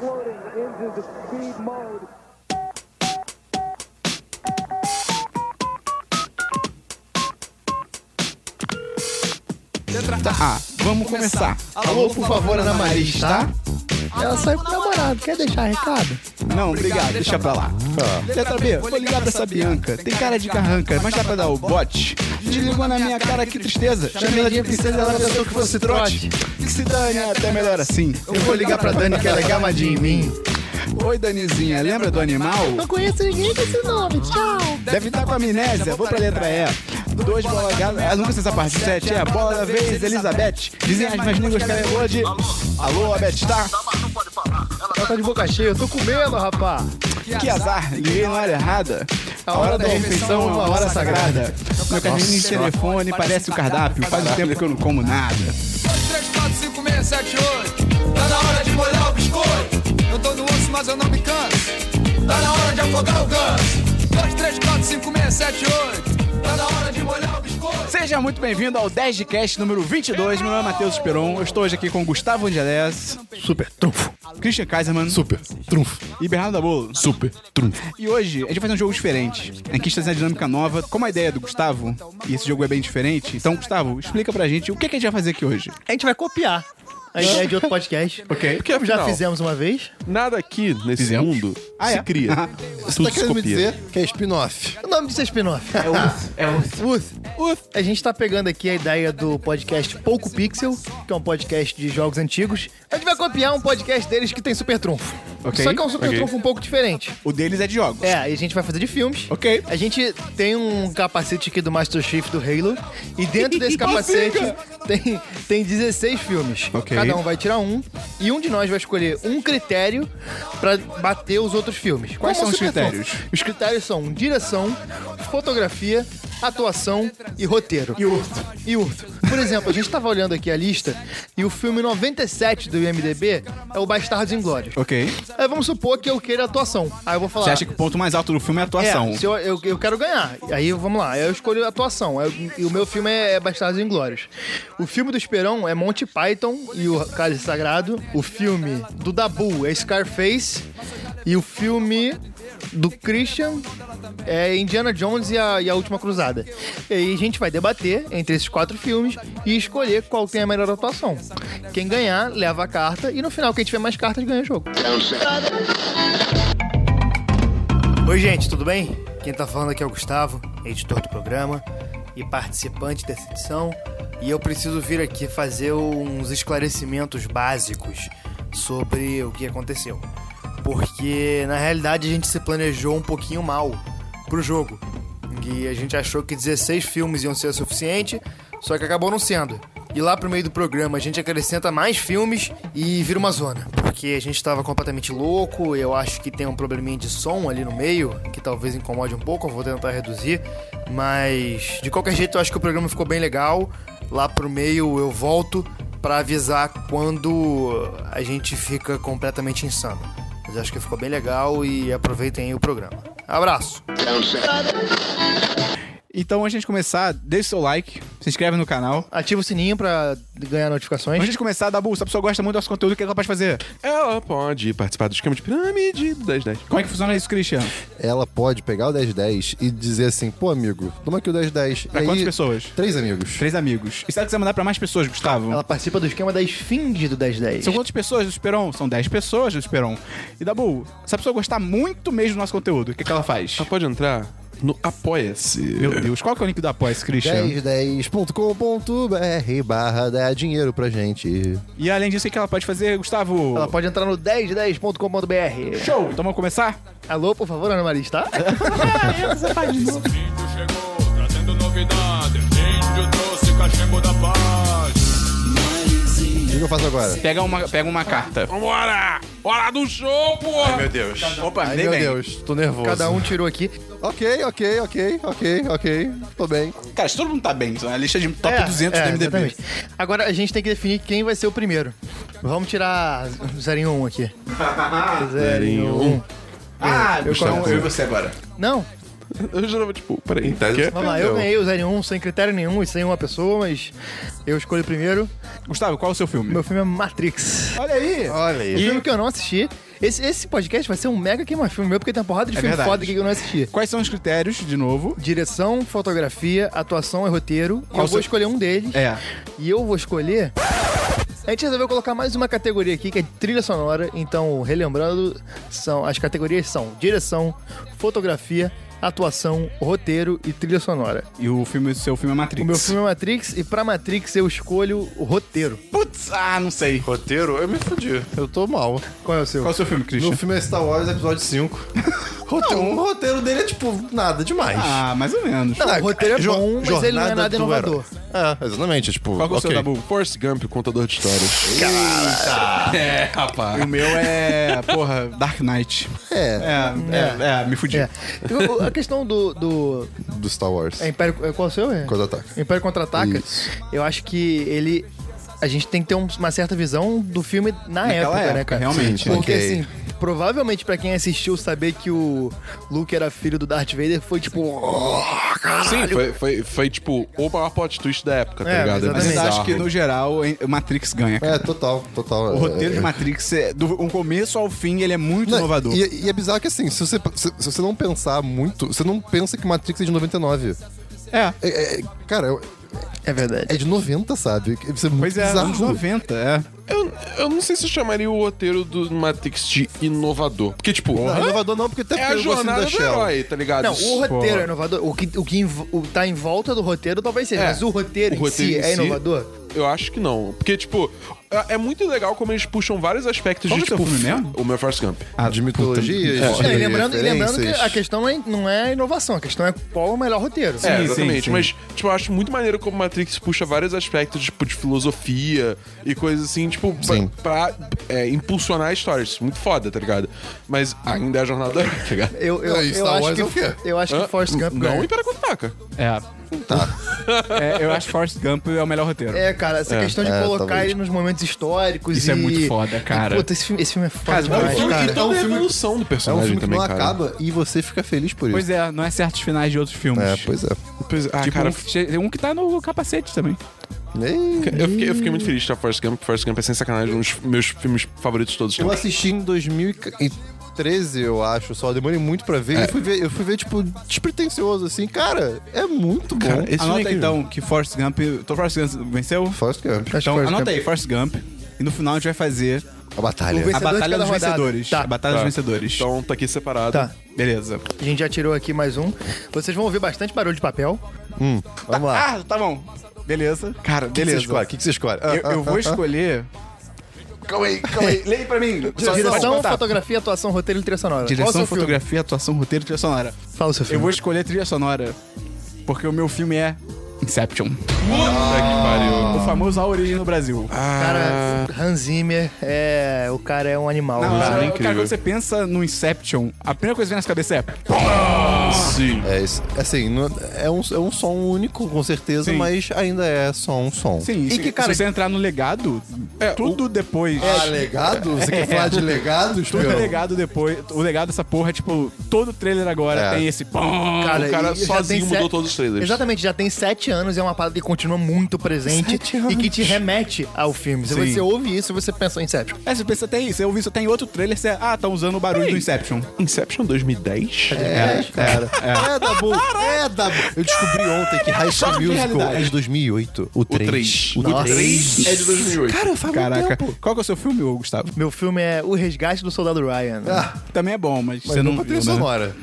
Woody into the speed mode. Letra A. Tá, ah, Vamos começar. Alô, por favor, Ana Maris, tá? Ela saiu com o namorado, quer deixar recado? Ah. Não, obrigado, deixa pra lá. Letra B, vou ligar pra essa Bianca. Tem cara de carranca, mas dá pra dar o bote. Desligou na minha cara, que tristeza. Chamei ela de princesa, ela pensou que fosse trote. Que se dane, é até melhor assim. Eu vou ligar pra Dani que ela é gamadinha em mim. Oi, Danizinha, lembra do animal? Não conheço ninguém com esse nome, tchau. Deve estar com amnésia, vou pra letra E. Dois bola gado, ah, nunca sei essa parte sete é a bola da vez, Elizabeth. Dizem as mais línguas que ela é boa de. Alô, Abete, tá? Ela tá de boca cheia, eu tô comendo, rapá. Que azar, liguei na hora errada. A hora da refeição é uma hora sagrada. Meu carrinho de telefone parece o cardápio, faz um tempo que eu não como nada. 3, 4, 5, 6, 7, 8. Tá na hora de molhar o biscoito. Eu tô no osso, mas eu não me canso. Tá na hora de afogar o ganso. 2, 3, 4, 5, 6, 7, 8. Tá na hora de molhar o biscoito. Seja muito bem-vindo ao 10 de cast número 22. Meu nome é Matheus Esperon. Eu estou hoje aqui com Gustavo Angeles, Super trunfo. Christian Kaiserman Super trunfo. e Bernardo Dabolo. Super trunfo. E hoje a gente vai fazer um jogo diferente. A gente está fazendo uma dinâmica nova, como a ideia é do Gustavo, e esse jogo é bem diferente. Então, Gustavo, explica pra gente o que, é que a gente vai fazer aqui hoje. A gente vai copiar a ideia de outro podcast. Ok. Porque afinal, Já fizemos uma vez. nada aqui nesse Fizemos. mundo Ah, se é? cria. Tá Tudo se querendo me copia. dizer que é spin-off. O nome disso é spin-off. É Uth, a gente tá pegando aqui a ideia do podcast Pouco Pixel, que é um podcast de jogos antigos. A gente vai copiar um podcast deles que tem super trunfo. Ok, Só que é um super ok. trunfo um pouco diferente. O deles é de jogos. É, e a gente vai fazer de filmes. Ok. A gente tem um capacete aqui do Master Chief do Halo. E dentro desse capacete tem, tem 16 filmes. Ok. Cada um vai tirar um. E um de nós vai escolher um critério pra bater os outros filmes. Quais são Como os Super Trunfo. critérios? Os critérios são direção, fotografia, atuação e roteiro. E urto. E urto. Por exemplo, a gente tava olhando aqui a lista e o filme 97 do IMDB é o Bastardos Inglórios. Ok. Aí vamos supor que eu queira atuação. Aí eu vou falar... Você acha que o ponto mais alto do filme é a atuação? É, se eu, eu, eu quero ganhar. Aí vamos lá, eu escolho a atuação. Eu- E o meu filme é, é Bastardos Inglórios. O filme do Esperão é Monty Python e o Cálice Sagrado. O filme do Dabu é Scarface. E o filme do Christian é Indiana Jones e a, e a Última Cruzada. E aí a gente vai debater entre esses quatro filmes e escolher qual tem a melhor atuação. Quem ganhar, leva a carta. E no final, quem tiver mais cartas ganha o jogo. Oi, gente, tudo bem? Quem tá falando aqui é o Gustavo, editor do programa e participante dessa edição. E eu preciso vir aqui fazer uns esclarecimentos básicos sobre o que aconteceu. Porque na realidade a gente se planejou um pouquinho mal pro jogo. E a gente achou que 16 filmes iam ser o suficiente, só que acabou não sendo. E lá pro meio do programa a gente acrescenta mais filmes e vira uma zona. Porque a gente tava completamente louco, eu acho que tem um probleminha de som ali no meio, que talvez incomode um pouco, eu vou tentar reduzir. Mas de qualquer jeito eu acho que o programa ficou bem legal. Lá pro meio eu volto pra avisar quando a gente fica completamente insano. Mas acho que ficou bem legal e aproveitem aí o programa. Abraço! Então, antes de a gente começar, deixa o seu like, se inscreve no canal. Ativa o sininho pra Antes ganhar de notificações. a gente começar, Dabu, se a pessoa gosta muito do nosso conteúdo, o que ela pode fazer? Ela pode participar do esquema de pirâmide do 1010. Como é que funciona isso, Christian? Ela pode pegar o 1010 e dizer assim, pô, amigo, toma aqui o 1010. Pra E quantas pessoas? Três amigos. Três amigos. E se ela quiser mandar pra mais pessoas, Gustavo? Ela participa do esquema da esfinge do 1010. São quantas pessoas do Esperon? São 10 pessoas do Esperon. E Dabu, se a pessoa gostar muito mesmo do nosso conteúdo, o que, que ela faz? Ela pode entrar no Apoia-se. Meu Deus, qual que é o link do Apoia-se, Christian? 1010.com.br barra dá dinheiro pra gente. E além disso, o que ela pode fazer, Gustavo? Ela pode entrar no 1010.com.br. Show! Então vamos começar? Alô, por favor, Ana Maris, tá? Índio chegou trazendo novidade. Índio trouxe cachimbo da paz. O que eu faço agora? Pega uma, pega uma carta. Vambora! Hora do show, porra! Meu Deus. Opa, Ai, dei meu bem. Deus, tô nervoso. Cada um tirou aqui. Ok, ok, ok, ok, ok. Tô bem. Cara, se todo mundo tá bem, isso é uma lista de top É, 200 é, do MDB. exatamente. Agora a gente tem que definir quem vai ser o primeiro. Vamos tirar 0 1 aqui. 0 1. Ah, eu Gustavo, coloco- eu e você agora. Não. Eu jurava, tipo, peraí. Em tese, quê? Vamos lá, eu ganhei o 01 sem critério nenhum e sem uma pessoa, mas eu escolhi primeiro. Gustavo, qual é o seu filme? Meu filme é Matrix. Olha aí! Olha aí. Um filme que eu não assisti. Esse, esse podcast vai ser um mega queima-filme meu, porque tem uma porrada de É filme verdade. foda aqui que eu não assisti. Quais são os critérios, de novo? Direção, fotografia, atuação e roteiro. eu seu- vou escolher um deles. É. E eu vou escolher. A gente resolveu colocar mais uma categoria aqui, que é trilha sonora. Então, relembrando, são as categorias são direção, fotografia, atuação, roteiro e trilha sonora. E o filme, seu filme é Matrix. O meu filme é Matrix e pra Matrix eu escolho o roteiro. Putz, ah, não sei. Roteiro, eu me fudi. Eu tô mal. Qual é o seu? Qual é o seu filme, Christian? No filme é Star Wars Episódio 5. Roteiro, o roteiro dele é tipo nada demais. Ah, mais ou menos. Não, o roteiro é Jo- bom, mas ele não é Jornada nada do inovador. Herói. É, exatamente. é Tipo, Qual que é o seu, ok. Dabu? Forrest Gump, contador de histórias. É, rapaz. O meu é, porra, Dark Knight. É, É, é, é, me fudi. É. O- o- A questão do. do do Star Wars. é Império, é, qual é o seu? É? Coisa ataca. Império Contra-Ataca. Isso. Eu acho que ele. A gente tem que ter um- uma certa visão do filme na época, né, cara? realmente. Sim, Porque Ok. assim, provavelmente pra quem assistiu saber que o Luke era filho do Darth Vader foi tipo. "Oh, caralho". Sim, foi, foi, foi tipo o maior plot twist da época, tá É, ligado? exatamente. Mas eu Bizarro. acho que, no geral, em- Matrix ganha. cara. É, total, total. O roteiro é, de Matrix, é, do um começo ao fim, ele é muito Não, inovador. E, e é bizarro que assim, se você, se, se você não pensar muito, você não pensa que Matrix é de 99. É. É, é, cara, É verdade. é de 90, sabe? Isso é muito Pois é, bizarro. anos 90, é. Eu, eu não sei se eu chamaria o roteiro do Matrix de inovador. Porque, tipo, Não, hã? inovador não, porque até é a porque assim eu gostei da jornada do Shell. herói, tá ligado? Não, o Pô. roteiro é inovador. O que, o que inv- o tá em volta do roteiro talvez seja, É. mas o roteiro, O roteiro em si em é si- inovador? Eu acho que não. Porque, tipo, é, é muito legal como eles puxam vários aspectos Qual de, que é o tipo, filme mesmo? o meu Forrest Gump. De mitologias. de Não, e lembrando, e lembrando que a referências. questão é- não é inovação, a questão é qual é o melhor roteiro. é, sim, exatamente. sim. Mas, tipo, eu acho muito maneiro como Matrix puxa vários aspectos, tipo, de filosofia e coisas assim, tipo, pra- Sim. pra, é, impulsionar histórias. Muito foda, tá ligado? Mas ainda é a jornada, tá ligado? Eu, eu, Não, e eu Star acho Wars que, é o quê? Eu acho que Forrest Gump né? Não, ganha. o Império Contra-Ataca. É. É, eu acho Forrest Gump é o melhor roteiro. É, cara, essa questão de é, colocar talvez. ele nos momentos históricos Isso e... é muito foda, e, cara. puta, esse filme, esse filme é foda Cara, É um demais, filme cara. que toda a evolução do É um personagem filme que também, não cara. acaba e você fica feliz por Pois isso. é, não é certos finais de outros filmes. É, pois é. Pois é, ah, Tipo, cara, um, que che- um que tá no capacete também. Ei, eu fiquei, eu fiquei muito feliz de estar Forrest Gump. Forrest Gump é, sem sacanagem, um dos meus filmes favoritos de todos. os Eu tempos. assisti em 2013, eu acho, só demorei muito pra É. ver. E fui ver, eu fui ver, tipo, despretensioso, assim. Cara, é muito bom. Cara, esse filme é Anota incrível. então que Forrest Gump. Tô Forrest Gump venceu? Forrest Gump. Então Forrest anota Gump. aí, Forrest Gump. E no final a gente vai fazer é A batalha. a Vencedor de Batalha cada dos rodada. Vencedores. Tá. A Batalha Tá. dos Vencedores. Então tá aqui separado. Tá, Beleza. a gente já tirou aqui mais um. Vocês vão ouvir bastante barulho de papel. Vamos lá. Ah, tá bom. Beleza. Cara, O que você beleza. escolhe? O que que você escolhe? Ah, Eu, eu ah, vou ah, escolher. Calma aí, calma aí. Leia pra mim. Só- Direção, só- tá. fotografia, atuação, roteiro e trilha sonora. Qual é Direção, o seu filme? fotografia, atuação, roteiro, trilha sonora. Fala o seu filme. Eu vou escolher trilha sonora porque o meu filme é Inception. Puta O famoso A Origem no Brasil. Ah, Cara, Hans Zimmer, é, o cara é um animal. Na cara. hora, é cara, incrível. quando você pensa no Inception, a primeira coisa que vem na sua cabeça é que pariu. Sim. É, isso- assim, não- é um, é um som único, com certeza, Sim. mas ainda é só um som. Sim, E se- que, cara- se você entrar no legado, É, tudo depois. Ah, legado? Você quer falar de legados, Tudo é meu? legado depois. O legado dessa porra é tipo, todo trailer agora É. tem esse. pão. O cara e já sozinho tem mudou sete- todos os trailers. Exatamente, já tem sete anos e é uma parada que continua muito presente Sete anos. e que te remete ao filme. Se Sim. você ouve isso, você pensa em Inception. É, você pensa até isso. Eu vi isso até em outro trailer. Você, ah, tá usando o barulho do Inception. Inception 2010? É, cara. É, da Dabu. É, Dabu. Eu descobri ontem que High School Musical é de 2008. O O 3. 3. O 3. é de 2008. Cara, faz Caraca. muito tempo. um Qual que é o seu filme, ô, Gustavo? Meu filme é O Resgate do Soldado Ryan. Também é bom, mas, você Eu não. não viu, trilha né? sonora.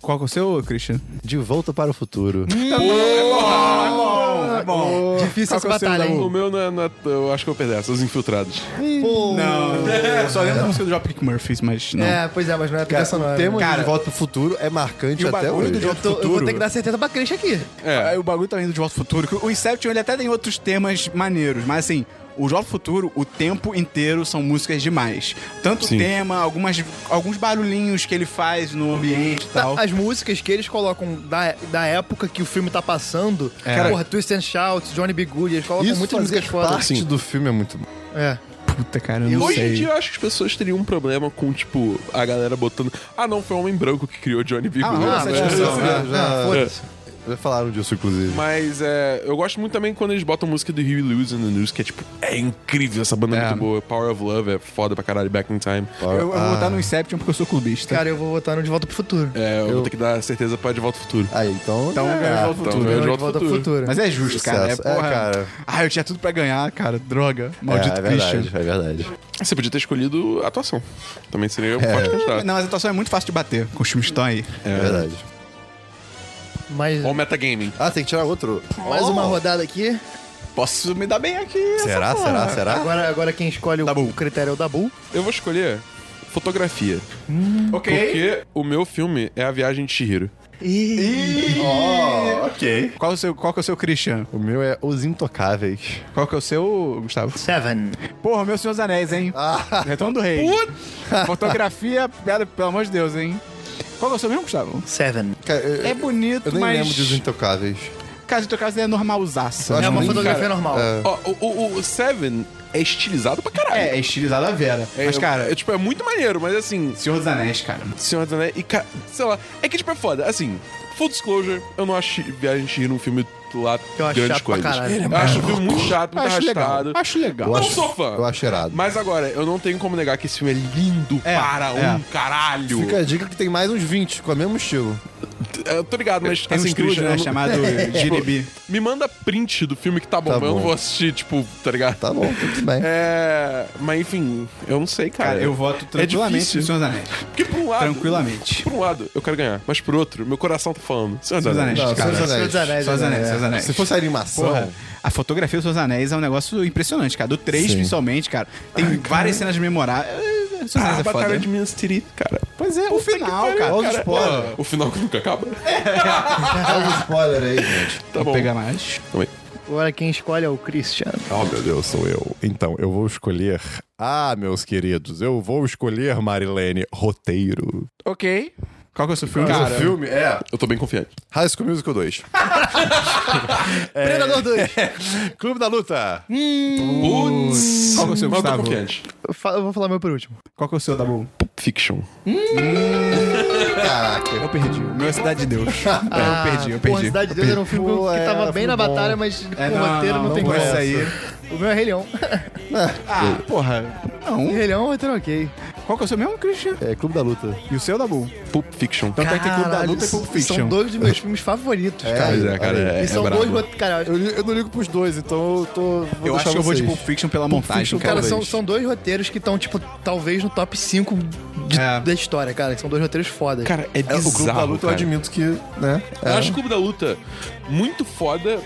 Qual que é o seu, Christian? De Volta para o Futuro. Hum, Bom, é bom. Qual Difícil essa que é o seu, batalha, Dabu? hein? O meu não é, não é- Eu acho que eu perdi essa, os infiltrados. Oh. Não. Eu só lembro da música do Dropkick Murphys, mas não. É, pois é, mas não é trilha sonora. o tema Cara, de Volta para o Futuro é marcante e o até bagulho hoje. do Eu, tô- eu vou Futuro. ter que dar certeza pra Cris aqui. Ah, É. O bagulho tá indo de Volta ao Futuro. que O Inception, ele até tem outros temas maneiros, mas assim, o Volta ao Futuro, o tempo inteiro são músicas demais. Tanto o Sim. tema, algumas, alguns barulhinhos que ele faz no ambiente e tal. As músicas que eles colocam da, da época que o filme tá passando, é porra, Twist and Shout, Johnny B. Good, eles colocam Isso muitas fazia músicas fodas. parte do filme é muito bom. É. Puta, cara, eu não Hoje sei. em dia eu acho que as pessoas teriam um problema com, tipo, a galera botando. Ah, não, foi um homem branco que criou Johnny B. Goode", rola Ah, essa né? mas discussão, já- né? já- É. Já falaram disso, inclusive. Mas é, eu gosto muito também quando eles botam música do Huey Lewis in the News, que é tipo, é incrível, essa banda é, É. muito boa. Power of Love é foda pra caralho, Back in Time. Eu, eu Ah. vou votar no Inception porque eu sou clubista. Cara, eu vou votar no De Volta pro Futuro. É, eu, vou ter que dar certeza pra De Volta ao Futuro. Aí, então. então eu ganho o voto então, futuro. eu- No De Volta pro Futuro. Mas é justo, cara. É, Sucesso. É, porra. cara. Ah, eu tinha tudo pra ganhar, cara. Droga. Maldito é, é Christian. verdade, é verdade. Você podia ter escolhido a atuação. Também seria um forte candidato. Não, mas a atuação é muito fácil de bater com os filmes que estão aí. É verdade. Mais, Ou metagaming. Ah, tem que tirar outro. mais uma rodada aqui. Posso me dar bem aqui. essa Será, porra. será, será? Agora, agora quem escolhe o- Dabu. o critério é o Dabu. Eu vou escolher fotografia. Porque o meu filme é A Viagem de Shihiro. Ok. Qual, o seu, qual que é o seu Christian? O meu é Os Intocáveis. Qual que é o seu, Gustavo? Seven. Porra, meu Senhor dos Anéis, hein? Ah. Retorno do Rei. Fotografia, piada, pelo amor de Deus, hein? Qual que é o seu mesmo, Gustavo? Seven. Cara, eu, É bonito, eu nem mas... lembro de Os Intocáveis. Caso teu caso é normalzaça. É acho uma muito- fotografia cara, normal. É, Ó, o, o- o Seven é estilizado pra caralho. É, é estilizada a Vera. mas, É, cara, é, tipo, é muito maneiro, mas assim, Senhor dos Anéis, cara. Senhor dos Anéis. E, ca- sei lá, é que tipo é foda. Assim, full disclosure, eu não acho Viagem de Shihiro um filme lá Eu acho grandes chato pra coisas. caralho. Ele é eu acho um filme muito chato, muito Acho arrastado. legal. Acho legal. não acho- sou fã. eu acho irado. Mas agora, eu não tenho como negar que esse filme é lindo É, para é. um caralho. Fica a dica que tem mais uns 20 com o mesmo estilo. Eu tô ligado, mas Tem um assim, estúdio, Christian, eu né, tipo, não- Tipo, chamado Jiribi. Me manda print do filme que tá bom, Tá mas eu não bom. vou assistir, tipo, tá ligado? Tá bom, tudo bem. É. Mas enfim, eu não sei, cara. Cara, eu voto tranquilamente É no difícil. Senhor dos Anéis. Porque por um lado. Tranquilamente. Por um lado, eu quero ganhar. Mas por outro, meu coração tá falando. Senhor dos Senhor dos Anéis, Anéis. cara. Não, Senhor dos Senhor dos Anéis. Anéis. Senhor dos né? Anéis, Senhor dos Anéis. Se fosse a animação, Porra, a fotografia do Senhor dos Anéis é um negócio impressionante, cara. Do 3, Sim. principalmente, cara. Tem várias cenas memoráveis. É, é, Senhor dos Ah, Anéis a é batalha foda. de Minas Tirith, cara. Pois é, o final, pariu, cara. Olha os Cara, spoilers. O final que nunca acaba. Olha os spoilers aí, gente. Tá bom. Vou pegar mais. Calma aí. Agora quem escolhe é o Christian. Oh, meu Deus, sou eu. Então, eu vou escolher. Ah, meus queridos, eu vou escolher, Marilene, roteiro. Ok. Qual que é o seu filme? o filme é. Eu tô bem confiante. High School Musical 2. Predador 2. Clube da Luta. Putz. Qual que é o seu, Mas eu tô Gustavo? confiante. Eu fa- eu vou falar meu por último. Qual que é o seu, Dabu? Pulp Fiction. Eu perdi. Meu é Cidade de Deus. É, eu perdi, eu Porra, perdi. Cidade de Deus era um filme Pô, que é, tava bem era filme na bom. batalha, mas com É, não, roteiro não, não, tem não como. vou sair. O meu é Rei Leão. Ah, porra. Não. Rei Leão, roteiro ok. Qual que é o seu mesmo, Christian? É, Clube da Luta. E o seu, Dabu? Pulp Fiction. Tanto é que tem Clube da Luta e Pulp Fiction. São dois dos meus filmes favoritos, cara. Pois é, cara. olha É, e é são brabo. dois dois. Cara, Eu, li- eu não ligo pros dois, então eu tô. Vou Eu acho deixar que eu vou tipo, de vocês. Pulp Fiction pela montagem, Fiction, cara. Cara, são, Talvez. são dois roteiros que estão, tipo, talvez no top 5 de- É. da história, cara. São dois roteiros fodas. Cara, é É, bizarro, o Clube da Luta eu cara. admito que, né? Eu é. acho o Clube da Luta muito foda,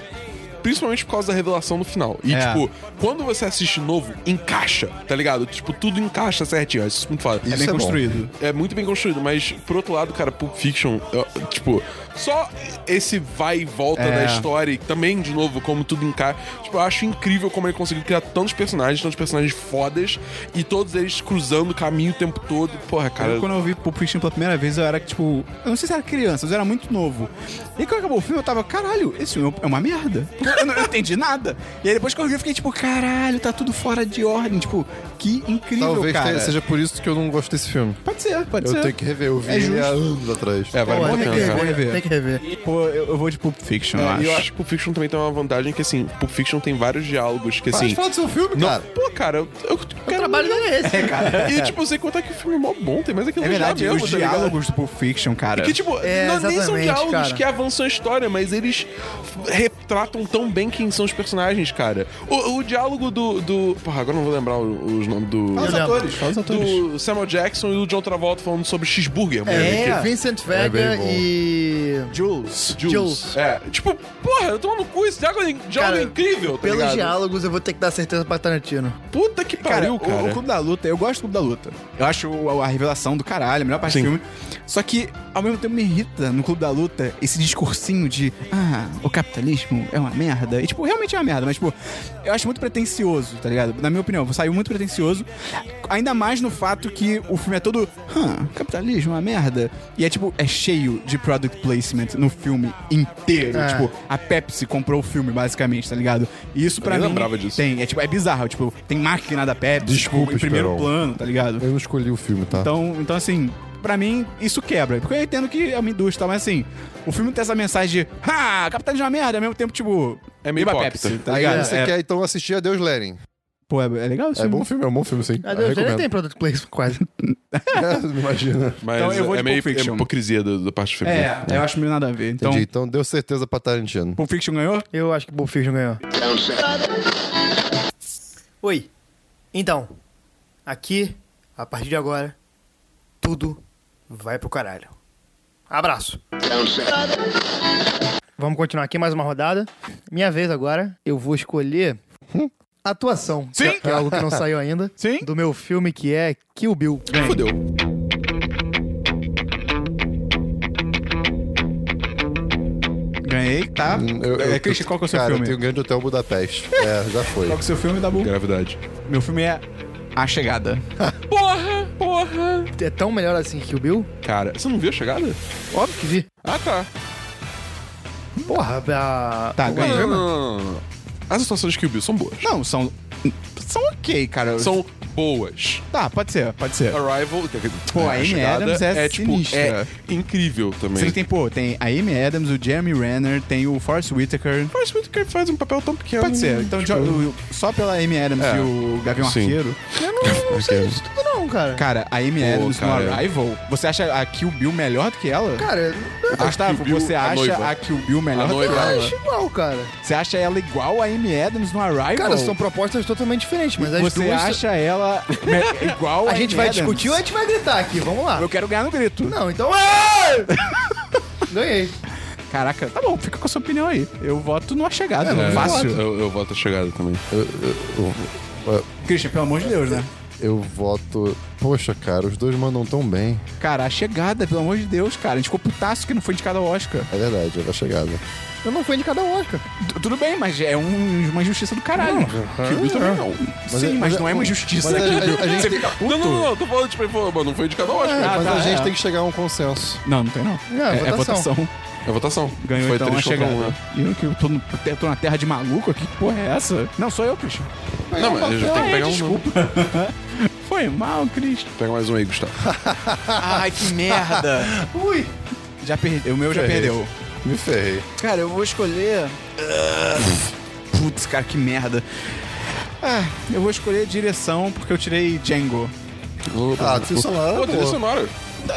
principalmente por causa da revelação no final. E, É. tipo, quando você assiste novo, encaixa, tá ligado? Tipo, tudo encaixa certinho. Isso é muito foda. É bem é bom. construído. É muito bem construído, mas por outro lado, cara, Pulp Fiction, eu- tipo, só esse vai e volta É. da história, e também, de novo, como tudo encaixa. Tipo, eu acho incrível como ele conseguiu criar tantos personagens, tantos personagens fodas, e todos eles cruzando o caminho o tempo todo. Porra, cara. Eu, quando eu vi Pulp Fiction pela primeira vez, eu era, tipo... Eu não sei se era criança, mas eu era muito novo. E quando acabou o filme, eu tava... Caralho, esse filme é uma merda. Eu não eu não entendi nada. E aí, depois que eu vi, eu fiquei, tipo... Caralho, tá tudo fora de ordem. Tipo, que incrível, Talvez cara. tenha- seja por isso que eu não gosto desse filme. Pode ser, pode Eu ser. tenho que rever, eu vi É ele justo. há anos atrás. É, vale Pô, muito a tem, que pena, cara. vou rever, rever. tem que rever. Pô, eu, eu vou de Pulp Fiction, eu É, E acho. eu acho que Pulp Fiction também tem uma vantagem que, assim, Pulp Fiction tem vários diálogos que, assim... fala do seu filme, Não, cara. pô, cara, eu, eu O quero... trabalho dele é esse. E, tipo, sem contar que o filme é mó bom, tem mais aquilo É verdade, mesmo, os tá ligado? diálogos do Pulp Fiction, cara. Que, tipo, É, não, nem são exatamente, diálogos cara. que avançam a história, mas eles retratam tão bem quem são os personagens, cara. O, o diálogo do, do... Porra, agora eu não vou lembrar o- os nomes do... Eu lembro. fala os Do Samuel Jackson e do John Travolta falando sobre cheeseburger. É, moleque. Vincent É Vega bem bom. e. Jules. Jules. É, tipo, porra, eu tô no cu, esse diálogo, é- diálogo Cara, é incrível, tá Pelos ligado? diálogos, eu vou ter que dar certeza pra Tarantino. Puta que Cara, pariu, o- cara. O, Clube da Luta, eu gosto do Clube da Luta. Eu acho o- a revelação do caralho, a melhor parte Sim. do filme. Só que, ao mesmo tempo, me irrita no Clube da Luta esse discursinho de ah, o capitalismo um- é uma merda. E, tipo, realmente é uma merda, mas, tipo, eu acho muito pretencioso, tá ligado? Na minha opinião, saiu muito pretencioso. Ainda mais no fato que o filme é todo. Hã, capitalismo, é uma merda. E é, tipo, é cheio de product placement no filme inteiro. É. Tipo, a Pepsi comprou o filme, basicamente, tá ligado? E isso pra nem mim. lembrava disso. Tem, é, tipo, é bizarro. Tipo, tem máquina da Pepsi, Desculpa, tipo, em primeiro Esperon. plano, tá ligado? Eu não escolhi o filme, tá? Então, então assim, pra mim, isso quebra. Porque eu entendo que é uma indústria, mas assim, o filme tem essa mensagem de Ah, capitalismo é uma merda, ao mesmo tempo, tipo, É meio viva hipócrita. Pepsi, tá Aí ligado? você É, quer então assistir Adeus Lenin. Pô, é, é legal isso. É bom filme, é um bom filme, sim. Ah, Deus, ele Recomendo. tem product placement quase. É, imagina. Mas Então eu vou de é meio Pulp Fiction. é hipocrisia da, da parte do filme. É, eu acho meio nada a ver. Então, Entendi, então deu certeza pra Tarantino. Pulp Fiction ganhou? Eu acho que o Pulp Fiction ganhou. Oi. Então, aqui, a partir de agora, tudo vai pro caralho. Abraço. Vamos continuar aqui mais uma rodada. Minha vez agora, eu vou escolher Hum? atuação. Sim. Que é algo que não saiu ainda. Sim. Do meu filme que é Kill Bill. Fudeu. Ganhei, tá? Hum, é, Christian, qual que é o seu cara, filme? Tem o Grande Hotel Budapeste. É, já foi. Qual que é o seu filme, Dabu? Gravidade. Meu filme é A Chegada. Porra, porra. É tão melhor assim que Kill Bill? Cara, você não viu a chegada? Óbvio que vi. Ah, tá. Porra, a... Tá, Não, ganhei. não, não, não, não. As atuações de Kill Bill são boas. Não, são... São ok, cara. São boas. Tá, pode ser, pode ser. Arrival... Pô, a Amy chegada Adams é sinistra. é incrível também. Você tem, pô, tem a Amy Adams, o Jeremy Renner, tem o Forrest Whitaker. Forrest Whitaker faz um papel tão pequeno. Pode ser. Então, jo- o- só pela Amy Adams É. e o Gavião Sim. Arqueiro. Eu Tipo, não, não sei disso tudo não, cara. Cara, a Amy Adams cara. no Arrival, você acha a Kill Bill melhor do que ela? Cara, Gustavo, Kill Bill, você a acha noiva. a, Kill Bill melhor A do que noiva. ela? eu acho igual, cara. Você acha ela igual a Amy Adams no Arrival? Cara, são propostas totalmente diferentes, mas as Você duas... acha ela me- igual a A gente Amy vai Adams? discutir ou a gente vai gritar aqui? Vamos lá. Eu quero ganhar no grito. Não, então... Ai! Ganhei. Caraca, tá bom, fica com a sua opinião aí. Eu voto numa chegada, É, fácil. Eu, eu voto a chegada também. Christian, pelo amor de Deus, né? Eu voto. Poxa, cara, os dois mandam tão bem. Cara, a chegada, pelo amor de Deus, cara. A gente ficou putaço que não foi indicado ao Oscar. É verdade, era a chegada. Eu não fui indicado ao Oscar. Tu- Tudo bem, mas é um- uma injustiça do caralho. Kill Bill também não. Sim, mas, é, mas é- não é uma injustiça. mas é- Kill a- a Bill. gente Você tem- fica puto. Não, não, não, não. Tô falando, tipo, ele falou, mano, não foi indicado ao Oscar. Ah, Mas tá, a gente é. tem que chegar a um consenso. Não, não tem não. Não, é, é votação. votação. É votação. Ganhou foi então a três contra chegada. um, né? E eu que tô, no- eu tô na terra de maluco aqui, que porra é essa? Não, sou eu, Christian. Não, mas eu já tenho que pegar um. Desculpa. Foi mal, Christian. Pega mais um aí, Gustavo. Ah, Ai, que merda. Ui. Já perdi, o meu já Ferrei. perdeu. Me ferrei. Cara, eu vou escolher... Ah. Putz, cara, que merda. Ah, eu vou escolher direção porque eu tirei Django. tá, Ah, trilha sonora, Pô, trilha pô. sonora.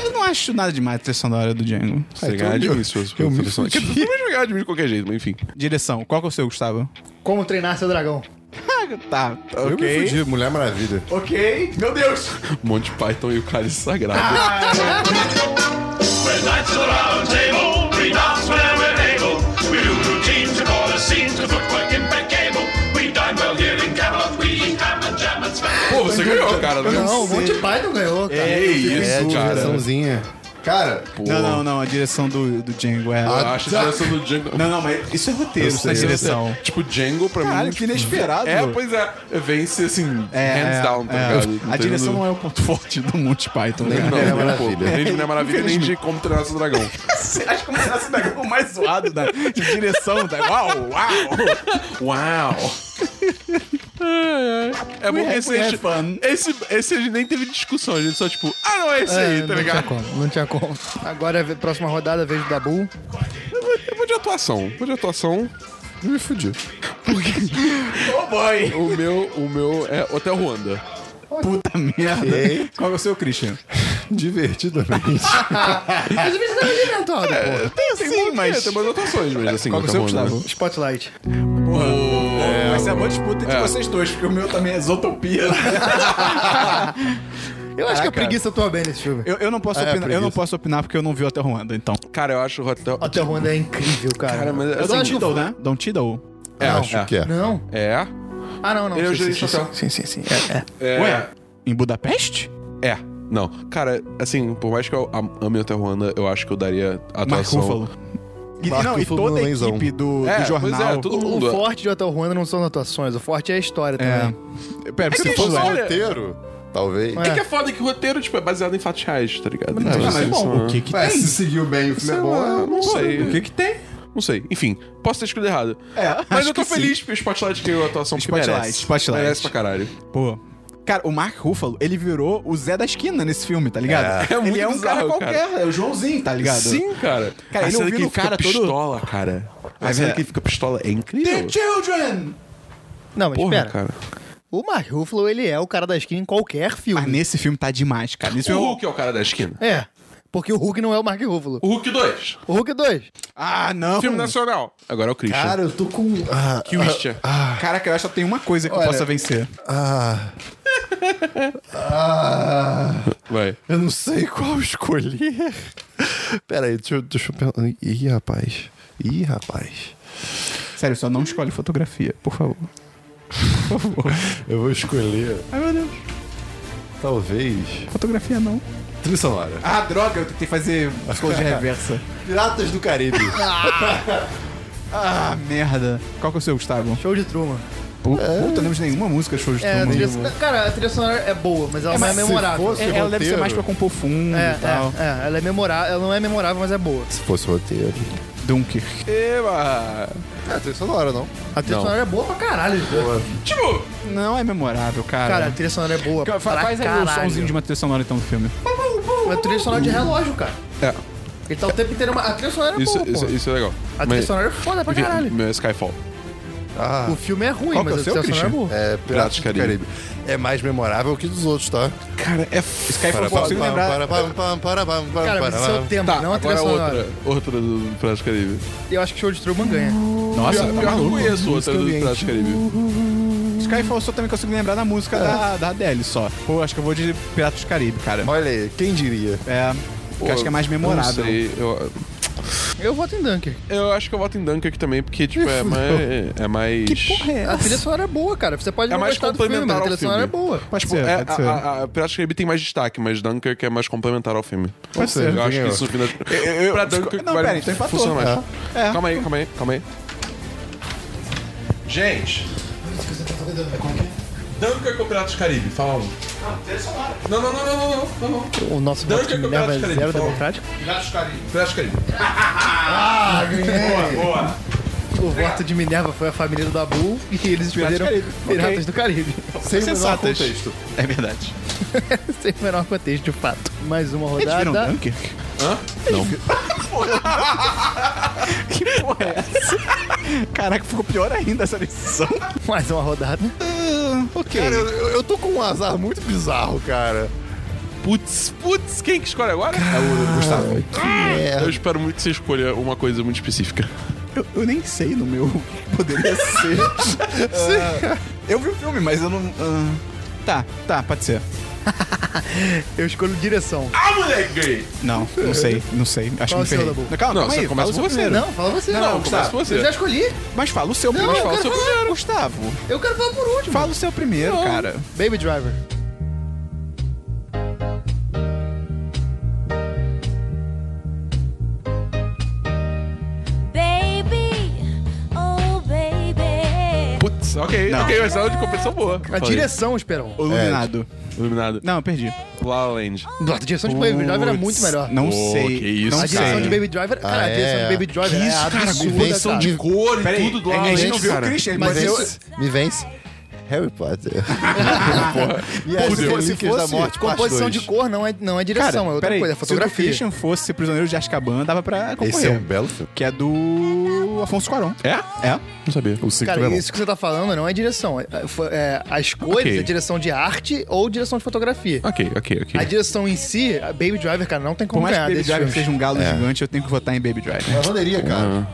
Eu não acho nada demais a trilha sonora do Django. Você tu ganhar de me- mim, se fosse eu me trilha sonora. Quer fudi. dizer, Mas ganhar de mim de qualquer jeito, mas enfim. Direção, qual que é o seu, Gustavo? Como treinar seu dragão. Ah, tá, Eu me fudi, Mulher Maravilha. Ok, meu Deus. Monty Python e o Cálice Sagrado. When nights are round table, we dance where we're able. We do routines and all the scenes with footwork impeccable. We dine well here in Camelot, we eat ham and jam and spam. Pô, você ganhou, cara. Não, Não, o Monty Python ganhou, cara. É É, isso, cara. direçãozinha. Cara, Não, não, não, a direção do, do Django é... Eu acho a direção do Django. Não, não, mas isso é roteiro, isso é sei. direção. Tipo, Django pra mim. tipo, inesperado. É, pois é. Vence, assim, hands down, tá ligado? É, A direção não é o ponto forte do Monty Python, Não, né? não, Mulher não, Maravilha. pô. Nem de Mulher Maravilha, nem de Como Treinar Seu Dragão. Você acha que o Monty Python é o mais zoado da de direção? Da... Uau, uau. Uau! Ai, ai. É bom que have- esse, we a have gente- fun. esse, esse a gente nem teve discussão, a gente só tipo, ah, não, é esse É, aí, não tá tinha ligado? como, não tinha como. Agora, é a próxima rodada, vejo o Dabu. Eu vou, eu vou de atuação, vou de atuação. me fudi. Oh boy. O meu, o meu é Hotel Ruanda. Puta merda. Qual é o seu, Christian? Divertidamente. Mas o bicho tá alimentado, porra. Tem sim, É, tem mais atuações, mas assim, Qual que é o seu, Hotel Ruanda. Gustavo? Spotlight. Porra. Vai ser a boa disputa entre É. vocês dois, porque o meu também é Zootopia. Eu acho que a preguiça atua bem nesse filme. Eu, eu não posso É, opinar, eu preguiça. não posso opinar porque eu não vi o Até Ruanda, então. Cara, eu acho o Hotel... Hotel Rwanda é incrível, cara. Cara, mas, eu assim, acho que... né? Don Tiddle. É, Acho é. que é. Não. É. Ah, não, não. Ele é o Sim, gerente sim, do hotel. Sim, sim, sim. sim. É, é. É. Ué? Em Budapeste? É. Não. Cara, assim, por mais que eu am- ame Hotel Ruanda, eu acho que eu daria Mark atuação... Ruffalo. E, Marco não, e toda a Furlanzão. equipe do, do É, pois jornal. é, todo O mundo. forte de Hotel Ruanda não são atuações, o forte é a história É. também. Pera, tá É se que for eles zoar- olham- roteiro, talvez. O que, que é foda que o roteiro tipo, é baseado em fatos reais, tá ligado? Então, mas assim, bom, são- o que que É, tem? se seguiu bem o Sei filme é bom, lá, eu não sei. O que que tem? Não sei. Enfim, posso ter escrito errado. É, Mas acho eu tô que sim. feliz pelo Spotlight que a atuação porque Spotlight, merece. Spotlight. Merece pra caralho. Pô. Cara, o Mark Ruffalo, ele virou o Zé da esquina nesse filme, tá ligado? É. É muito ele é um cara bizarro, qualquer, é o Joãozinho, tá ligado? Sim, cara. Cara, a ele cena ouvindo que ele o cara fica todo- pistola, cara. A Mas cena é- que ele fica pistola é incrível. The Children! Não, mas Porra, espera. cara. O Mark Ruffalo, ele é o cara da esquina em qualquer filme. Mas nesse filme tá demais, cara. Nesse O filme... Hulk é o cara da esquina. É. Porque o Hulk não é o Mark Ruffalo. O Hulk 2. O Hulk é dois. Ah, não! Filme nacional. Agora é o Christian. Cara, eu tô com. Ah, Christian. Caraca, eu acho que só tem uma coisa que Olha, eu possa vencer. ah. Ah. Vai. Eu não sei qual escolher. Pera aí, deixa, eu- deixa eu pensar. Ih, rapaz. Ih, rapaz. Sério, só não escolhe fotografia, por favor. Eu vou escolher, Ai, meu Deus. talvez. Fotografia não. Trilha sonora. Ah, droga, eu tentei fazer psicologia reversa. Piratas do Caribe. Ah, merda. Qual que é o seu, Gustavo? Show de Truman. Puta, Tipo, não lembro de nenhuma música show de É, a Truman. trilha, cara, a trilha sonora é boa, mas ela não é mas se memorável. fosse- É, Ela deve ser roteiro. mais pra compor fundo é, e tal. é, é, ela é memorável, ela não é memorável, mas é boa. Se fosse roteiro. é. Dunker. Eba. É, trilha sonora, não. A trilha Não. sonora é boa pra caralho. Tipo, Não é memorável, Cara, a cara. trilha sonora é boa. Fa- pra faz aí caralho. o somzinho de uma trilha sonora então do filme. Mas a trilha sonora de relógio, cara. É. Ele tá o tempo inteiro. A trilha sonora é isso, boa, isso, pô. isso é legal. A trilha sonora é foda pra Enfim, caralho. Meu Skyfall. Ah. O filme é ruim, Qual que mas é o a seu, trilha sonora é Christian? boa. É Piratas do Piratas do Caribe. Caribe. É mais memorável que dos outros, tá? Cara, é f... Skyfall, só consigo lembrar. Cara, mas isso é o tempo, Tá, não a trilha agora sonora. outra. Outra do Piratas do Caribe. Eu acho que Show de Truman ganha. Nossa, tá Pior, pior que eu conheço outra do Piratas do Caribe. Skyfall só também consigo lembrar da música da, da Adele só. É. Pô, acho que eu vou de Piratas do Caribe, cara. Olha aí, quem diria? É. Pô, que acho que é mais eu memorável. Não sei, eu, Eu voto em Dunker. eu acho que eu voto em Dunkirk também, porque, tipo, é mais. É mais. Que porra é A essa? trilha sonora é boa, cara. Você pode É não mais gostar do filme, mas complementar a trilha ao sonora é filme. boa. Pode Tipo, é, ser, a, pode ser. a, a Piratas do Caribe tem mais destaque, mas Dunkirk é mais complementar ao filme. Pode ser. é? Eu acho que ganhou. isso no final. pra Dunkirk Não, vai pera, então empatou. funcionar mais. É. É. Calma aí, calma aí, calma aí. Gente. Dunkirk ou Piratas do Caribe? Fala um. Não, não, não, não, não, não, não, não. O nosso Dunker voto de com Minerva é Piratas do zero Caribe, por democrático. Piratas do Caribe. O voto de Minerva foi a família do Dabu e eles escolheram Piratas do Caribe. Piratas Ok. do Caribe. Sem Sensatas. contexto. É verdade. Sem o menor contexto, de fato. Mais uma Eles viram rodada. Dunker? Hã? Não. que porra é essa? Caraca, ficou pior ainda essa decisão. Mais uma rodada. Ah, ok. Cara, eu, eu- eu tô com um azar muito bizarro, cara. Putz, putz, quem que escolhe agora? eu, Gustavo, Eu espero muito que você escolha uma coisa muito específica. eu, eu nem sei no meu o que poderia ser. Ah, eu vi o filme, mas eu não. ah, tá, tá, pode ser. Eu escolho direção. Ah, moleque, ganhei! Não, não sei, não sei. Acho Qual que me o seu, ferrei. Dabu? Não, calma, Não, calma você aí, começa fala o seu você. primeiro. Não, fala você. Não, eu Começa Gustavo, você. já escolhi. Mas fala o seu primeiro. Mas eu fala o quero seu falar. primeiro, Gustavo. Eu quero falar por último. Fala o seu primeiro, cara. Baby Driver. Baby, oh baby. Putz, ok, ok, mas é uma de competição boa. A direção, Esperão. O Iluminado. Iluminado. É. Não, eu perdi. La La Land. A direção de Baby Driver era muito melhor. Não Pô, sei. que isso, não A direção sei. de Baby Driver. Cara, Ah, a direção é. de Baby Driver é absurda, convenção cara. um de Cor e Peraí, é tudo do La La a gente não Land, viu o cara. Christian, Mas mas eu- eu... Me vence Harry Potter. E as se fosse, Relíquias da Morte, parte Composição dois. de cor não é, não Cara, é direção, é outra peraí, coisa, é Se o fotografia. Christian fosse prisioneiro de Azkaban, dava pra concorrer. Esse é um belo filme. Que é do Afonso Cuarón. É? É. Não sabia. O ciclo Cara, é bom. isso que você tá falando não é direção. é- é- é- as cores Ok. é direção de arte ou direção de fotografia. Ok, ok, ok. A direção em si, a Baby Driver, cara, não tem Por como mais que ganhar Baby desse Driver filme. seja um galo gigante, eu tenho que votar em Baby Driver. Lavanderia, cara.